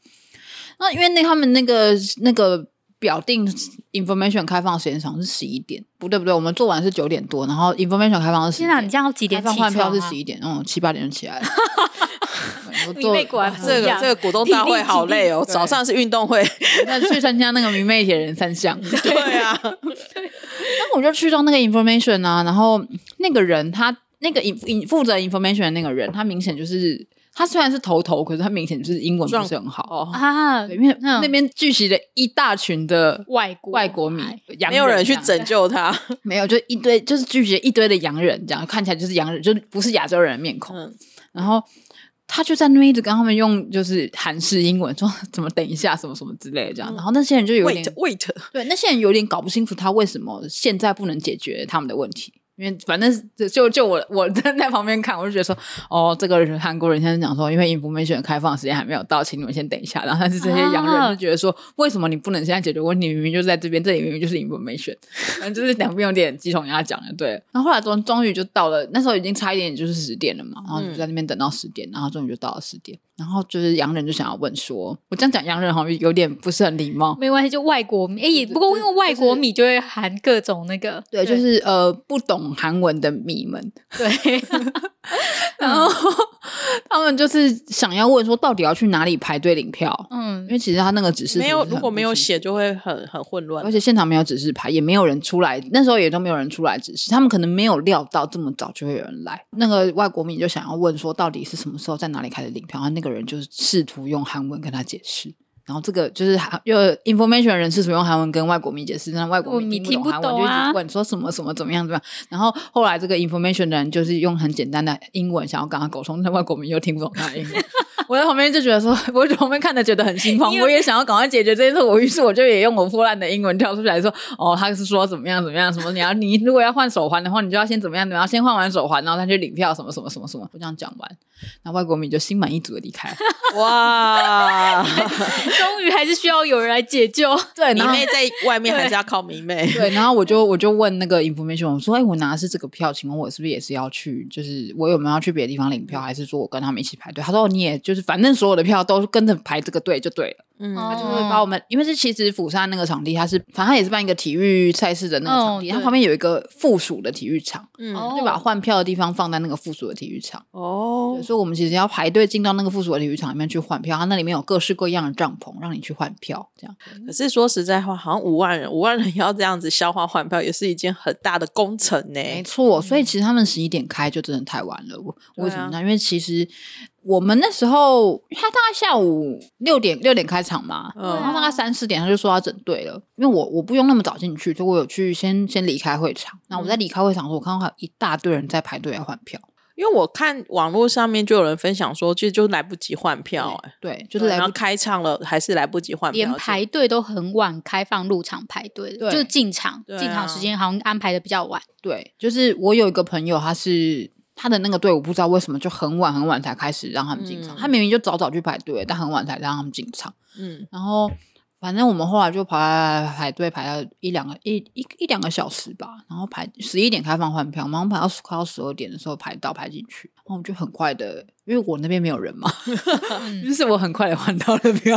A: 那因为那他们那个那个表定 information 开放的时间长是十一点，不对不对，我们做完是九点多，然后 information 开放是十
B: 天哪，你这样几
A: 开
B: 点
A: 放
B: 起
A: 换票
B: 床
A: 是
B: 啊
A: 十一点，嗯，七八点就起 来了。我
B: 迷妹果然不
C: 这
B: 一
C: 个
B: 样
C: 这个股东大
B: 体力
C: 会好
B: 体力
C: 累哦，
A: 对
C: 早上是运动会，
A: 那去参加那个明媚铁人三 项，
C: 对啊，
A: 那我就去到那个 information 啊，然后那个人他那个 in in 负责 information 的那个人，他明显就是他虽然是头头，可是他明显就是英文不是很好，
C: 哦，
B: 啊？
A: 对，因为
B: 嗯
A: 那边聚集了一大群的。
B: 外国
A: 外国迷，洋
C: 没有人去
A: 啊
C: 拯救他，
A: 没有，就一堆就是聚集了一堆的洋人，这样看起来就是洋人，就不是亚洲人的面孔。
C: 嗯
A: 然后他就在那边一直跟他们用就是韩式英文说怎么等一下什么什么之类的这样，然后那些人就有点
C: ，wait wait，
A: 对那些人有点搞不清楚他为什么现在不能解决他们的问题。因为反正就就就我我站在旁边看，我就觉得说，哦，这个人韩国人现在讲说，因为 information 的开放时间还没有到，请你们先等一下。然后但是这些洋人
B: 啊
A: 就觉得说，为什么你不能现在解决问题？明明就在这边，这里明明就是 information。反正 就是两边有点鸡同鸭讲的，对。然后后来终终于就到了，那时候已经差一点就是十点了嘛，然后就在那边等到十点，然后终于就到了十点。然后就是洋人就想要问说，我这样讲洋人好像有点不是很礼貌，
B: 没关系，就外国米。哎，也不过因为外国米就会含各种 那个，
A: 对，就是呃不懂韩文的迷们，
B: 对，
A: 然后他们就是想要问说到底要去哪里排队领票，
B: 嗯
A: 因，为其实他那个指示
C: 没有
A: 图是很
C: 如果没有
A: 不清楚
C: 写就会很很混
A: 而
C: 乱，
A: 且现场没有指示牌，也没有人出来，那时候也都没有人出来指示，他们可能没有料到这么早就会有人来。那个外国民就想要问说，到底是什么时候在哪里开始领票？然后那个人就是试图用韩文跟他解释。然后这个就是韩，因为 information 的人试图用韩文跟外国民解释，但外
C: 哦
A: 国民
B: 你
A: 听不懂
B: 听不
A: 韩
B: 懂
A: 文，就一
B: 啊
A: 直问说什么什么怎么样怎么样。然后后来这个 information 的人就是用很简单的英文想要跟他沟通，但外国民又听不懂他的英文。我在旁边就觉得说， 我在旁边看着觉得很心慌，
B: 因为
A: 我也想要赶快解决这件事。我于是我就也用我破烂的英文跳出来说，哦，他是说怎么样怎么样，什么你要你如果要换手环的话，你就要先怎么样，怎么样，先换完手环，然后再去领票，什么什么什么什么。我这样讲完，那外国民就心满意足的离开。
C: 哇，
B: 终于还是需要有人来解救。
A: 对，
C: 迷
A: 然后
C: 妹在外面还是要靠迷妹，
A: 对，然后我就我就问那个 information，我说，哎，我拿的是这个票，请问我是不是也是要去？就是我有没有要去别的地方领票，还是说我跟他们一起排队？他说，哦你也就是反正所有的票都跟着排这个队就对了。
C: 嗯，
B: 哦
A: 就是会把我们，因为是其实釜山那个场地，它是反正它也是办一个体育赛事的那个场地，
B: 哦对
A: 它旁边有一个附属的体育场，
C: 嗯
B: 哦
A: 就把换票的地方放在那个附属的体育场。
C: 哦
A: 对所以我们其实要排队进到那个附属的体育场里面去换票，它那里面有各式各样的帐篷让你去换票，这样。
C: 可是说实在话，好像五万人，五万人要这样子消化换票，也是一件很大的工程呢、
A: 没错，所以其实他们十一点开就真的太晚了。我
C: 嗯对啊
A: 为什么呢？因为其实我们那时候他大概下午六点六点开场嘛，
C: 嗯
A: 然后大概三四点他就说要整队了。因为我我不用那么早进去，所以
C: 嗯
A: 我有去先先离开会场。那我在离开会场的时候，我看到还有一大堆人在排队要换票。
C: 因为我看网络上面就有人分享说，其实就来不及换票、哎，
A: 对，就是来
C: 然
A: 不
C: 后开唱了还是来不及换票，
B: 连排队都很晚开放入场排队
A: 对
B: 的，就是进场、
C: 对啊
B: 进场时间好像安排的比较晚。
A: 对，就是我有一个朋友，他是他的那个队伍，不知道为什么就很晚很晚才开始让他们进场。
C: 嗯
A: 他明明就早早去排队，但很晚才让他们进场。
C: 嗯，
A: 然后反正我们后来就排排排排队，排到一两个一一一两个小时吧，然后排十一点开放换票，然后排到10快到十二点的时候排到排进去，然后我就很快的，因为我那边没有人 嘛，就是我很快的换到了票，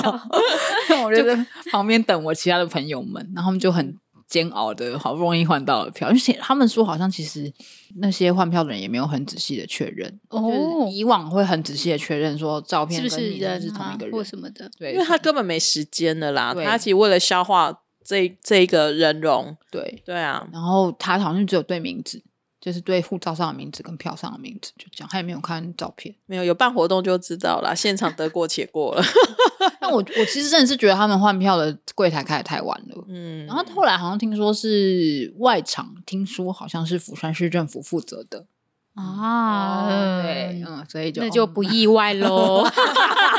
A: 我就在旁边等我其他的朋友们，然后他们就很。煎熬的，好不容易换到了票，而且他们说好像其实那些换票的人也没有很仔细的确认，就
B: 哦
A: 是以往会很仔细的确认说照片
B: 是不
A: 跟
B: 是
A: 你是不
B: 人
A: 是同
B: 啊
A: 一个人，
B: 或什么的？
A: 对，
C: 因为他根本没时间了啦，
A: 对
C: 他其实为了消化这这一个人容，
A: 对，
C: 对啊，
A: 然后他好像只有对名字，就是对护照上的名字跟票上的名字，就这样，他也没有看照片。
C: 没有有办活动就知道啦，现场得过且过了，
A: 但我我其实真的是觉得他们换票的柜台开的太晚了。
C: 嗯，
A: 然后后来好像听说是外场，听说好像是釜山市政府负责的
B: 啊，
A: 嗯对，
B: 嗯
A: 嗯，所以就
B: 那就
A: 嗯
B: 不意外 喽。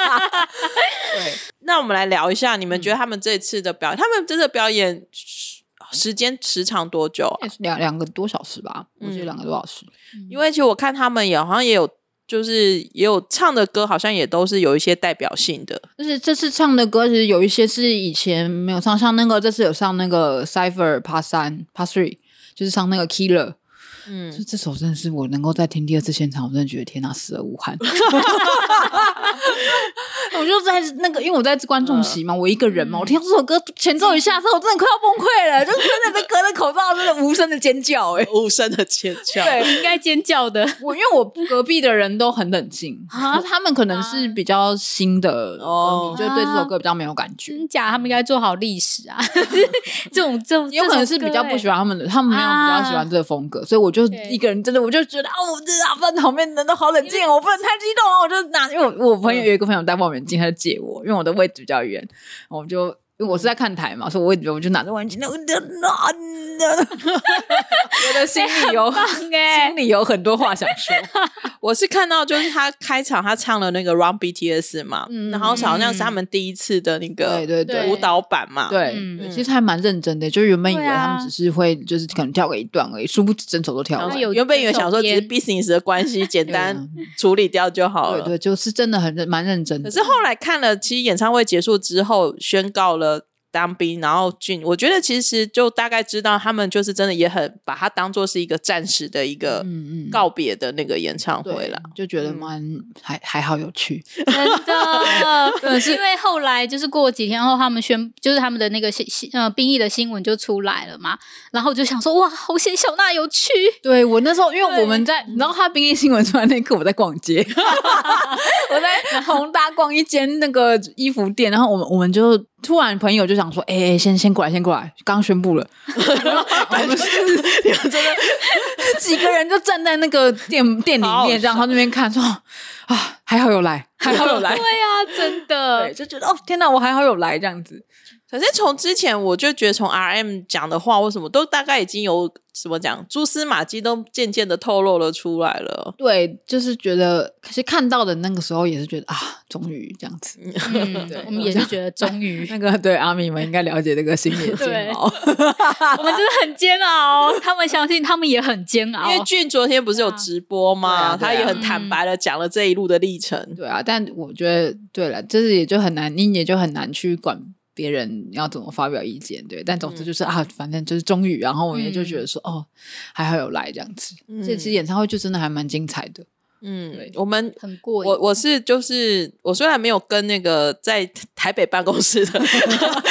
A: 对，
C: 那我们来聊一下，你们
A: 嗯
C: 觉得他们这次的表演，他们这次表演时时间时长多久啊？
A: 两两个多小时吧，我记得
C: 嗯
A: 两个多小时。
C: 因为其实我看他们也好像也有，就是也有唱的歌，好像也都是有一些代表性的。
A: 就是这次唱的歌，其实有一些是以前没有唱，像那个这次有上那个 Cipher Part 三 Part Three，就是上那个 Killer。
C: 嗯，
A: 就这首真的是我能够再听第二次现场，我真的觉得天哪，死而无憾。我就在那个，因为我在观众席嘛，我一个人嘛，我听到这首歌前奏一下之后，我真的快要崩溃了，就真的隔着口罩，真的嗯无声的尖叫、欸。哎，
C: 无声的尖叫。
A: 对
B: 应该尖 叫的，
A: 我因为我隔壁的人都很冷静，
B: 啊
A: 他们可能是比较新的
C: 哦
A: 歌迷，就对这首歌比较没有感觉。
B: 真假他们应该做好历 史啊。这种这种哎
A: 有可能是比较不喜欢他们的，他们没有比较喜欢这个风格，所以我就
B: 对
A: 一个人真的，我就觉得啊，我这阿芬旁边的人都好冷静哦，我不能太激动哦，我就拿，因为我我朋友有一个朋友戴望远镜，他就借我，因为我的位置比较远，我就因为我是在看台嘛，所以我位置我就拿着望远镜，那我就啊，我的心里有
B: 欢 哎
A: 心。里有很多话想说，
C: 我是看到就是他开场他唱了那个 Run BTS 嘛，
A: 嗯
C: 然后好像是他们第一次的那
A: 对
C: 个
A: 对
B: 对
C: 舞蹈版嘛。
A: 对，
B: 嗯
A: 对其实还蛮认真的，就是原本以为
B: 对啊
A: 他们只是会就是可能跳个一段而已，殊不知整首都跳
C: 然后
A: 完
B: 他。有
C: 原本以为想说只是
B: 这首
C: business 的关系，简单处理掉就好
A: 对
C: 了。
A: 啊对，就是真的很认蛮认真的。
C: 可是后来看了，其实演唱会结束之后宣告了当兵，然后俊，我觉得其实就大概知道他们就是真的也很把它当做是一个暂时的一个
A: 嗯嗯
C: 告别的那个演唱会了。
A: 就觉得
C: 嗯
A: 蛮、还还好有趣。
B: 真的，
A: 真的是
B: 因为后来就是过几天后，他们宣就是他们的那个新新呃兵役的新闻就出来了嘛，然后我就想说哇，好险小娜有去，
A: 对我那时候，因为我们在，你知道他兵役新闻出来那一刻，我在逛 街，我在宏大逛一间那个衣服店，然后我们我们就突然朋友就想说，哎、哎，先先过来，先过来，刚宣布 了，我们 是真的几个人就站在那个店店里
C: 好好
A: 面，这样他那边看说啊，还好有来，还好有来
B: 对，啊，真的
A: 对，，就觉得哦，天哪，我还好有来这样子。
C: 可是从之前我就觉得，从 R M 讲的话，为什么都大概已经有什么讲蛛丝马迹，都渐渐的透露了出来了。
A: 对，就是觉得，可是看到的那个时候也是觉得啊，终于这样子。
B: 嗯
A: 对，
B: 我们也是觉得终 于，
A: 那个对阿米们应该了解这个心理的煎熬，
B: 我们真的很煎熬，他们相信他们也很煎熬，
C: 因为俊昨天不是有直播
A: 对啊对
C: 吗？
A: 啊
C: 他也很坦白的讲了这一路的历程。
A: 对啊。但我觉得对了，就是也就很难，你也就很难去管别人要怎么发表意见，对。但
B: 嗯
A: 总之就是、啊，反正就是终于，然后我也就觉得说，哦，还好有来这样子。
C: 嗯
A: 这次演唱会就真的还蛮精彩的，
C: 嗯
A: 对，
C: 我们
B: 很过瘾，
C: 我我是就是我虽然没有跟那个在台北办公室的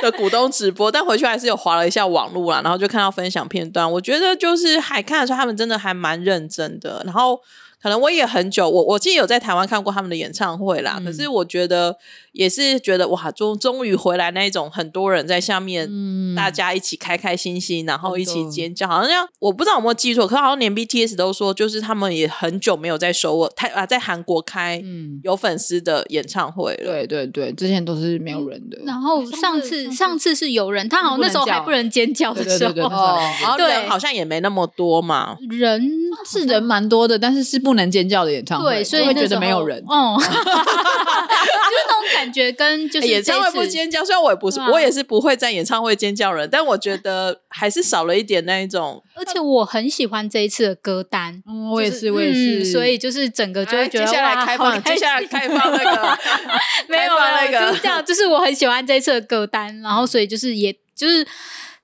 C: 的股东直播，但回去还是有划了一下网络啦，然后就看到分享片段，我觉得就是还看得出他们真的还蛮认真的，然后。可能我也很久，我我记得有在台湾看过他们的演唱会啦。可是
B: 嗯
C: 我觉得也是觉得哇，终终于回来那一种，很多人在下面，
A: 嗯
C: 大家一起开开心心，然后一起
A: 真的
C: 尖叫，好像我不知道有没有记错，可好像连 BTS 都说，就是他们也很久没有在首尔台啊，在韩国开
A: 嗯，
C: 有粉丝的演唱会了。
A: 对对对，之前都是没有人的，
B: 嗯然后上次上次是有人，他好像那时候还不能尖叫
A: 对
B: 的
A: 对对
B: 时
A: 对
B: 候，
A: 对
C: 哦，然后人
B: 对
C: 好像也没那么多嘛。
B: 人
A: 是人蛮多的，但是是不能尖叫的演唱会，
B: 对，所以
A: 我会
B: 那
A: 觉
B: 时
A: 得
B: 候
A: 没有人。
B: 哦， 就是那种感觉 跟就是
C: 哎演唱会
B: 这
C: 不
B: 一次
C: 尖叫，虽然我也不是，
B: 对啊
C: 我也是不会在演唱会尖叫人，但我觉得还是少了一点那一种。
B: 而且我很喜欢这一次的歌单，
A: 嗯，我也，
B: 就是
A: 我也
B: 嗯
A: 是，
B: 所以 就是整个就会
C: 哎
B: 觉得
C: 接下
B: 哇
C: 来开
B: 好
C: 放，
B: 开
C: 接下来
B: 心
C: 开放那 个
B: 没有没
C: 开放那
B: 有，
C: 个
B: 就是这样，就是我很喜欢这一次的歌单，然后所以就是也就是，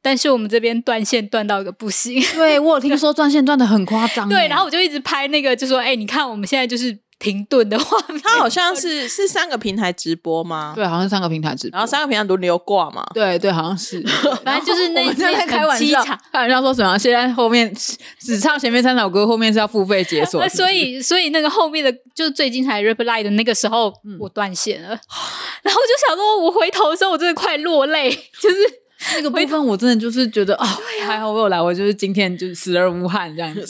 B: 但是我们这边断线断到一个不行，
A: 对我有听说断线断的很夸张耶，
C: 嗯
B: 对，然后我就一直拍那个，就说哎、你看我们现在就是停顿的画面，
C: 他好像是是三个平台直播吗？
A: 对，好像三个平台直播，
C: 然后三个平台轮流挂嘛。
A: 对对，好像 是，
B: 反正就是那
A: 我们在那边
B: 那
A: 开玩
B: 很
A: 笑
B: 凄惨，
A: 开玩笑说什么？现在后面只唱前面三首歌，后面是要付费解 锁
B: 那，
A: 是不
B: 所
A: 是
B: 以，所以那个后面的就是最精彩的 reply 的那个时候，我断线了，然后我就想说，我回头的时候，我真的快落泪，就是
A: 那个部分我真的就是觉得啊，还好我有来，我就是今天就是 死而无憾这样子。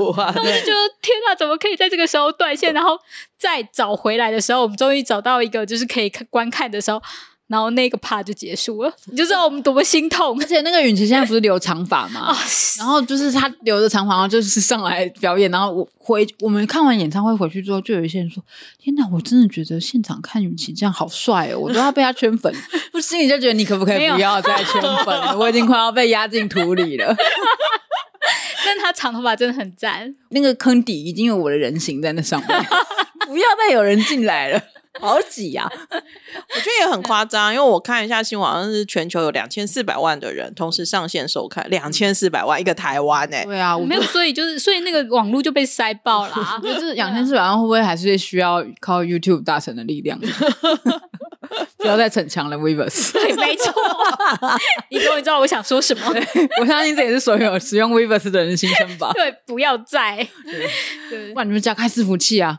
C: 哇，
B: 我就觉得天哪，怎么可以在这个时候断线？然后再找回来的时候，我们终于找到一个就是可以看观看的时候，然后那个 part 就结束了，你就知道我们多么心痛
A: 而且那个允琪现在不是留长发
B: 啊
A: 吗？！然后就是她留着长发，然后就是上来表演。然后我回我们看完演唱会回去之后，就有一些人说：“天哪，我真的觉得现场看允琪这样好帅哦，我都要被她圈粉。”我心里就觉得你可不可
B: 没
A: 以
B: 有
A: 不要再圈粉了？我已经快要被压进土里了。
B: 但他长头发真的很赞，
A: 那个坑底已经有我的人形在那上面， 不要再有人进来了，好挤啊呀、
C: 我觉得也很夸张，因为我看一下新闻，好像是全球有两千四百万的人同时上线收看，两千四百万一个台湾哎、
A: 对啊，我。
B: 没有，所以就是所以那个网络就被塞爆了、啊
A: 就是两千四百万会不会还是需要靠 YouTube 大神的力量？ 不要再逞强了，Weavers。
B: 对，没 错，你终于知道我想说什么。
A: 我相信这也是所有使用 Weavers 的人的心声吧。
B: 对，不要再， 对
A: 不，然你们加开伺服器啊！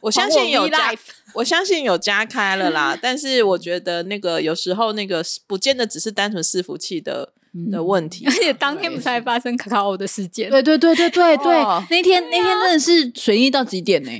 C: 我相信有
B: V
C: 加
B: Live，
C: 我相信有加开了 啦，但是我觉得那个有时候那个不见得只是单纯伺服器的的问 题
B: 而，且当天不是还发生卡卡欧的事件，啊
A: 对对对对对对啊
C: 哦，
A: 那天那天真的是水逆到极 点呢、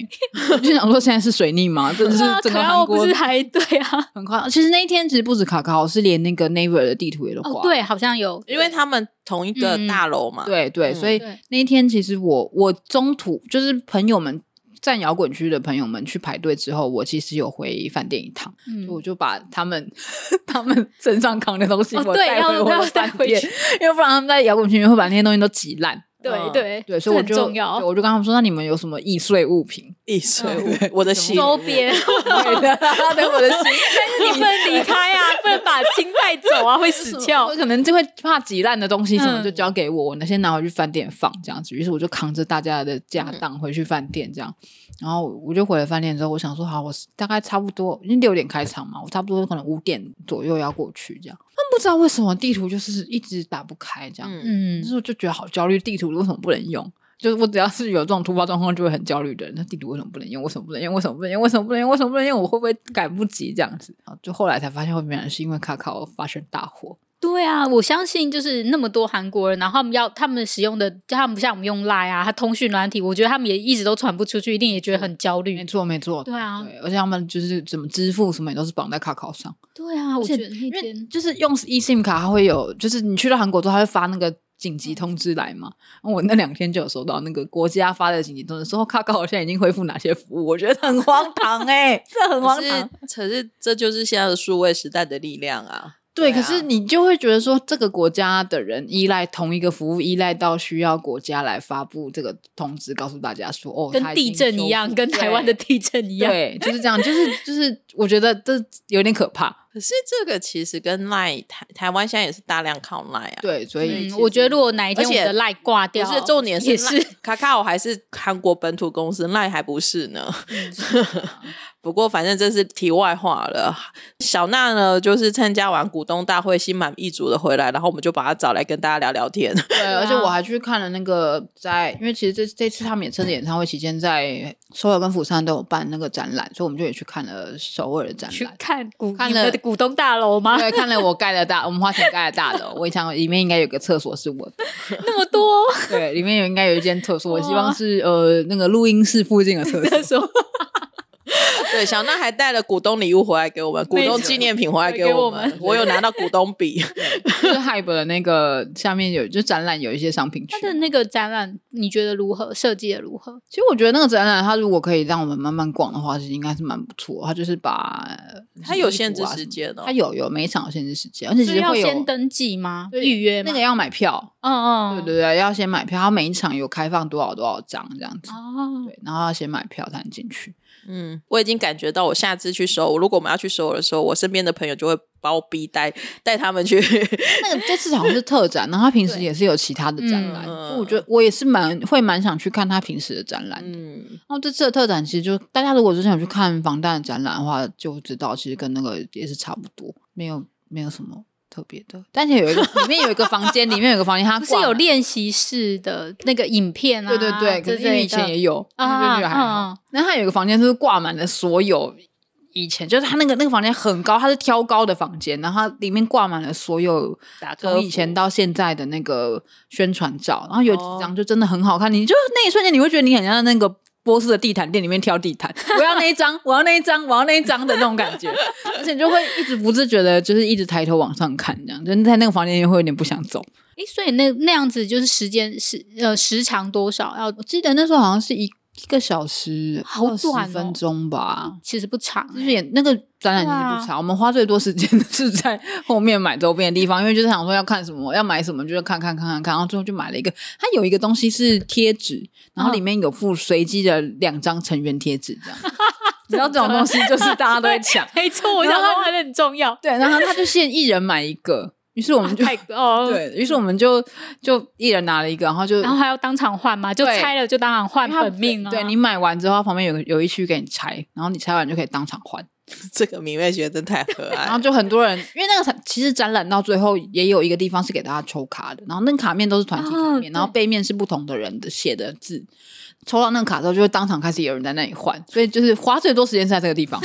A: 我就想说现在是水逆吗？真的是
B: 啊，
A: 整
B: 卡
A: 个
B: 卡
A: 韩
B: 欧
A: 国
B: 不是还对啊，
A: 很夸张。其实那一天其实不止卡卡好，是连那个 Naver 的地图也都挂了。
B: 哦，对，好像有，
C: 因为他们同一个
B: 嗯
C: 大楼嘛。
A: 对对，
C: 嗯
A: 所以
B: 对
A: 那一天其实我我中途就是朋友们站摇滚区的朋友们去排队之后，我其实有回饭店一趟，
B: 嗯
A: 我就把他们 他们身上扛的东西
B: 哦
A: 我
B: 对
A: 带回
B: 要
A: 我
B: 要
A: 的
B: 带
A: 饭
B: 回
A: 店，
B: 去，
A: 因为不然他们在摇滚区里面会把那些东西都挤烂。
B: 对
C: 嗯
B: 啊对
A: 对，所以我就
B: 这很重
A: 对
B: 要，
A: 我就跟他们说，那你们有什么易碎物品？
C: 易碎
B: 嗯
C: 物，我的心
B: 周边，
A: 对的，对我的心
B: 但是 你不能离开 啊，不能把心带走啊，会死
A: 我
B: 翘。
A: 可能就会怕挤烂的东西什么，
B: 嗯
A: 就交给我，我那些拿回去饭店放这样子。于是我就扛着大家的家
B: 嗯
A: 当回去饭店这样，然后我就回了饭店之后，我想说好，我大概差不多，因为六点开场嘛，我差不多可能五点左右要过去这样。但不知道为什么地图就是一直打不开这样，
B: 嗯
C: 嗯
A: 那，时候就觉得好焦虑，地图为什么不能用？就是我只要是有这种突发状况，就会很焦虑的人。那地图为什么不能用？为什么不能用？为什么不能用？为什么不能用？为什么不能用？我会不会赶不及这样子？啊，就后来才发现，原来是因为卡卡欧发生大火。
B: 对啊，我相信就是那么多韩国人，然后他们要他们使用的，就他们不像我们用 Line 啊，他通讯软体，我觉得他们也一直都传不出去，一定也觉得很焦
A: 没
B: 虑。
A: 错，没错，
B: 对啊，
A: 对，而且他们就是怎么支付什么也都是绑在卡考上，
B: 对啊，我
A: 而且
B: 觉得那
A: 因为
B: 天
A: 就是用 eSIM 卡，它会有，就是你去到韩国之后，它会发那个紧
B: 嗯
A: 急通知来嘛。我那两天就有收到那个国家发的紧急通知，说卡考好像已经恢复哪些服务，我觉得很 荒唐哎、
C: 欸
A: 这很
C: 可
A: 荒
C: 是
A: 唐。，
C: 可是这就是现在的数位时代的力量啊！
A: 对，
C: 对啊
A: 可是你就会觉得说，这个国家的人依赖同一个服务，依赖到需要国家来发布这个通知，告诉大家说，哦，
B: 跟
A: 它已
B: 地
A: 经
B: 震
A: 修
B: 一样，
A: 复
B: 跟台 湾
A: 对
B: 的地震一样。
A: 对，就是这样，就是就是，我觉得这有点可怕。
C: 可是这个其实跟赖台台湾现在也是大量靠赖啊，
A: 对，所以
B: 嗯
A: 其，
B: 我觉得
A: 实
B: 如果哪一天
C: 而
B: 我
C: 且
B: 们的赖挂
C: 不
B: 掉，
C: 是重点
B: 也
C: 是
B: 是
C: 赖卡卡我还是韩国本土公司，赖还不嗯是啊呢。 不过反正这是题外话了。小娜呢，就是参加完股东大会，心满意足的回来，然后我们就把她找来跟大家聊聊天。
A: 对，
B: 啊
A: 而且我还去看了那个在，因为其实这这次他们也趁着演唱会期间，在首尔跟釜山都有办那个展览，所以我们就也去看了首尔的展
B: 去啊
A: 览。
B: 看股
A: 看
B: 你们
A: 了
B: 的股东大楼吗？
A: 对，看了我盖的大，我们花钱盖的大楼，我想里面应该有个厕所是我的。
B: 那么 多，
A: 对，里面有应该有一间厕所，我希
B: 哇
A: 望是呃那个录音室附近的厕所。
B: 时候
C: 对，小娜还带了股东礼物回来给我们，股东纪念品回来给我们。
B: 给我们
C: 我有拿到股东 笔，
A: 就是 Hype 的那个下面有就展览有一些商品区
B: 他。的那个展览，你觉得如何？设计的如何？
A: 其实我觉得那个展览，它如果可以让我们慢慢逛的话，是应该是蛮不错。它就是把
C: 它有限制时间哦
A: 它有有每一场有限制时间，而且其
B: 是
A: 实
B: 要
A: 会有
B: 先登记吗？
A: 对
B: 预约吗
A: 那个？要买票，
B: 嗯
A: 对
B: 嗯，
A: 对对，要先买票。它每一场有开放多少多少张这样子，
B: 哦，
A: 对，然后要先买票才能进去。
C: 嗯，我已经感觉到，我下次去首尔，如果我们要去首尔的时候，我身边的朋友就会把我逼带带他们去。
A: 那个这次好像是特展，然后它平时
B: 对
A: 也是有其他的展览，
C: 嗯
A: 所以我觉得我也是蛮会蛮想去看它平时的展览的。
C: 嗯，
A: 然后这次的特展其实就大家如果之前有去看防弹的展览的话，就知道其实跟那个也是差不多，没有没有什么特别的。但是有一个里面有一个房间，里面有一个房间，它
B: 不是
A: 挂
B: 有
A: 满
B: 练习室的那个影片啊？
A: 对对对，可
B: 这
A: 是因为以前也有，
B: 啊
A: 那就觉得还好
B: 啊。
A: 那它有一个房间就是挂满了所有。以前就是它那个那个房间很高，它是挑高的房间，然后它里面挂满了所有
C: 打歌
A: 从以前到现在的那个宣传照，然后有几
C: 哦
A: 张就真的很好看，你就那一瞬间你会觉得你很像那个波斯的地毯店里面挑地毯，我要那一张，我要那一张，我要那一张的那种感觉，而且你就会一直不自觉的，就是一直抬头往上看，这样，就是在那个房间里面会有点不想走。
B: 诶，所以那那样子就是时间时呃时长多少？要
A: 我记得那时候好像是一一个小时
B: 好短哦
A: 20分钟吧。
B: 其实不长欸
A: 就是也那个展览其实
B: 啊
A: 不差，我们花最多时间 的是在后面买周边的地方，因为就是想说要看什么，要买什么，就是看看看看看，然后最后就买了一个，它有一个东西是贴纸，然
B: 嗯
A: 后里面有附随机的两张成员贴纸，这样。 你知道这种 东西就是大家都会抢，
B: 没错，我
A: 然
B: 想
A: 后
B: 说它很 重要。
A: 对，然后他就限一人买一个，于是我们就
B: 太哦，
A: 对于是我们就就一人拿了一个，然后就
B: 然后还要当场换吗？就
A: 对
B: 拆了就当场换
A: 因为它
B: 本命啊！
A: 对你买完之后，它旁边有个有一区给你拆，然后你拆完就可以当场换。
C: 这个明月学真太可
B: 哎
C: 爱了。
A: 然 后就很多人，因为那个展其实展览到最后也有一个地方是给大家抽卡的，然后那个卡面都是团体卡
B: 哦
A: 面，然后背面是不同的人的写的字。抽到那个卡之后，就会当场开始有人在那里换，所以就是花最多时间是在这个 地方。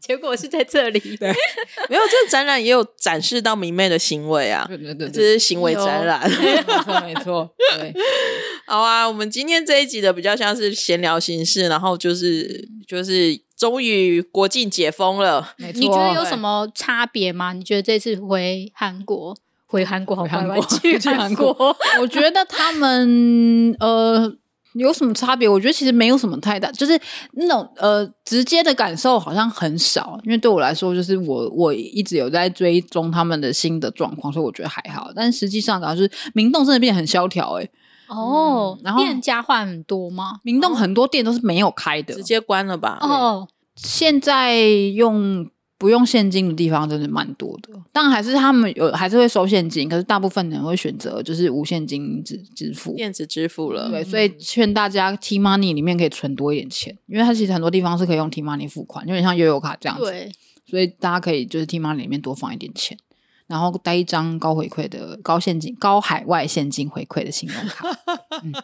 B: 结果是在这里。
C: 没有，这个展览也有展示到迷妹的行为啊，
A: 对对对
C: 这
A: 对，
C: 是行为展览。
A: 没错没错，对，
C: 好啊，我们今天这一集的比较像是闲聊形式，然后就是就是终于国境解封了。
A: 没错。
B: 你觉得有什么差别吗？你觉得这次回韩国，回韩国好
A: 回
B: 乖
A: 韩
B: 乖
A: 国
B: 去
A: 去韩
B: 韩
A: 国
B: 国，
A: 我觉得他们呃有什么差别？我觉得其实没有什么太大，就是那种呃直接的感受好像很少。因为对我来说，就是我我一直有在追踪他们的新的状况，所以我觉得还好。但实际上，感觉就是明洞真的变得很萧条、欸，诶，
B: 哦
A: 嗯，然后
B: 店家换很多吗？
A: 明洞很多店都是没有开的，
C: 哦直接关了吧？
B: 哦，
A: 现在用不用现金的地方真的蛮多的，但还是他们有还是会收现金，可是大部分人会选择就是无现金支支付。
C: 电子支付了，
A: 对，所以劝大家 T Money 里面可以存多一点钱，因为它其实很多地方是可以用 T Money 付款，有点像悠游卡这样子。
B: 对，
A: 所以大家可以就是 T Money 里面多放一点钱，然后带一张高回馈的高现金、高海外现金回馈的信用卡， 嗯，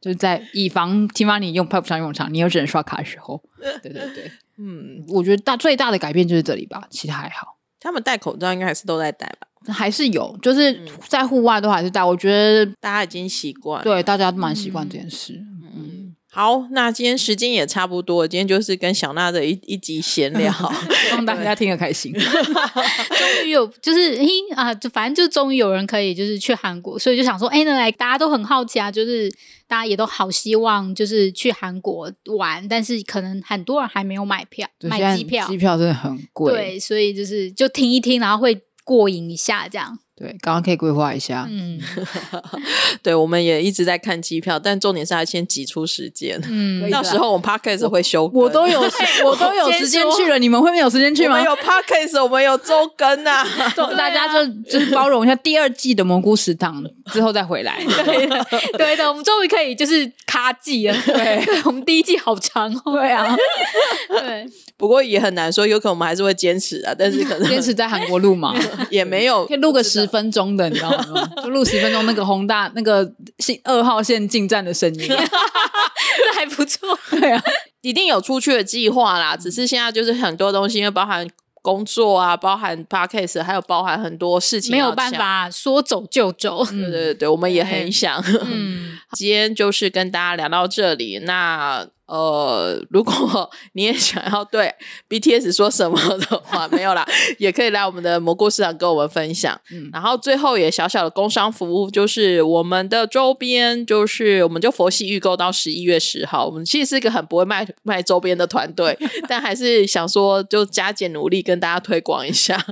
A: 就是在以防 T Money 用派不上用场，你有只能刷卡的时候。对对对，
C: 嗯，
A: 我觉得大最大的改变就是这里吧，其他还好。
C: 他们戴口罩应该还是都在戴吧？
A: 还是有，就是在户外都还是戴，我觉得
C: 大家已经习惯。，
A: 对大家都蛮习惯这件事。嗯
C: 嗯，好，那今天时间也差不多，今天就是跟小娜的一一集闲 聊。
A: 希望大家听得开 心。
B: 终于有就是嘿啊，就反正就终于有人可以就是去韩国，所以就想说，哎，那来大家都很好奇啊，就是大家也都好希望就是去韩国玩，但是可能很多人还没有买票，
A: 对
B: 买
A: 现在
B: 机票
A: 机，票真的很贵。
B: 对，所以就是就听一听，然后会过瘾一下这样。
A: 对，刚刚可以规划一下。
B: 嗯
C: 对，我们也一直在看机票，但重点是要先挤出时间。
A: 可
B: 嗯
A: 以，的
C: 到时候我们 podcast 会休更
A: 我都有时，我都有时间去了，你们会没有时间去
C: 我
A: 吗
C: 们？有 podcast，我们有周更 啊。
A: 就 大家就就是包容一下第二季的蘑菇食堂之后再回来。
B: 对的，对的，我们终于可以就是卡季了。对，我们第一季好长哦。
A: 对啊，
B: 对，
C: 不过也很难说，有可能我们还是会坚持啊，但 是可能
A: 坚持在韩国录嘛，
C: 也没有
A: 可以录个十分钟的，你知道吗？就录十分钟那个宏大那个新二号线进站的声音。
B: 这还不错。
A: 对啊，
C: 一定有出去的计划啦，只是现在就是很多东西，因为包含工作啊，包含 podcast，还有包含很多事情
B: 没有
C: 要
B: 办
C: 想。
B: 法说走就走。
C: 对对对，我们也很
B: 嗯对
C: 想。
B: 嗯，
C: 今天就是跟大家聊到这里。那呃， 如果你也想要对 BTS 说什么的话，没有啦，也可以来我们的蘑菇市场跟我们分享。
A: 嗯
C: 然后最后也小小的工商服务，就是我们的周边，就是我们就佛系预购到十一月十号。我们其实是一个很不会卖卖周边的团队，但还是想说就加减努力跟大家推广 一下。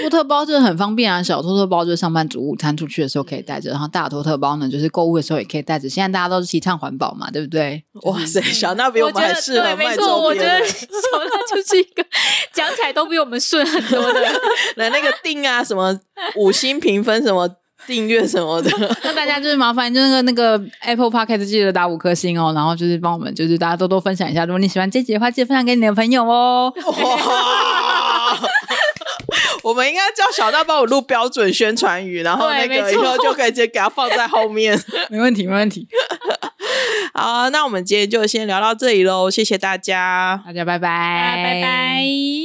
A: 托特包真的很方便啊，小托特包就是上班族午餐出去的时候可以带着，然后大托特包呢，就是购物的时候也可以带着。现在大家都是提倡环保嘛，对不对？
C: 哇塞，小娜 比我
B: 我觉
C: 们还
B: 得
C: 适合
B: 对，
C: 卖
B: 没错，
C: 周
B: 我觉
C: 边
B: 得。小娜就是一个 讲起来都比我们顺很 多的人。
C: 来那个订啊，什么五星评分，什么订阅什么的，
A: 那大家就是麻烦，就那个那个 Apple Podcast 记得打五颗星哦，然后就是帮我们，就是大家多多分享一下。如果你喜欢这集的话，记得分享给你的朋友哦。
C: 哇！我们应该叫小娜帮我录标准宣传语，然后那
B: 对
C: 个
B: 没
C: 以
B: 错
C: 后就可以直接给它放在后面。
A: 没问题，没问题。
C: 好啊，那我们今天就先聊到这里喽，谢谢大家，
A: 大家拜拜，
B: 拜拜。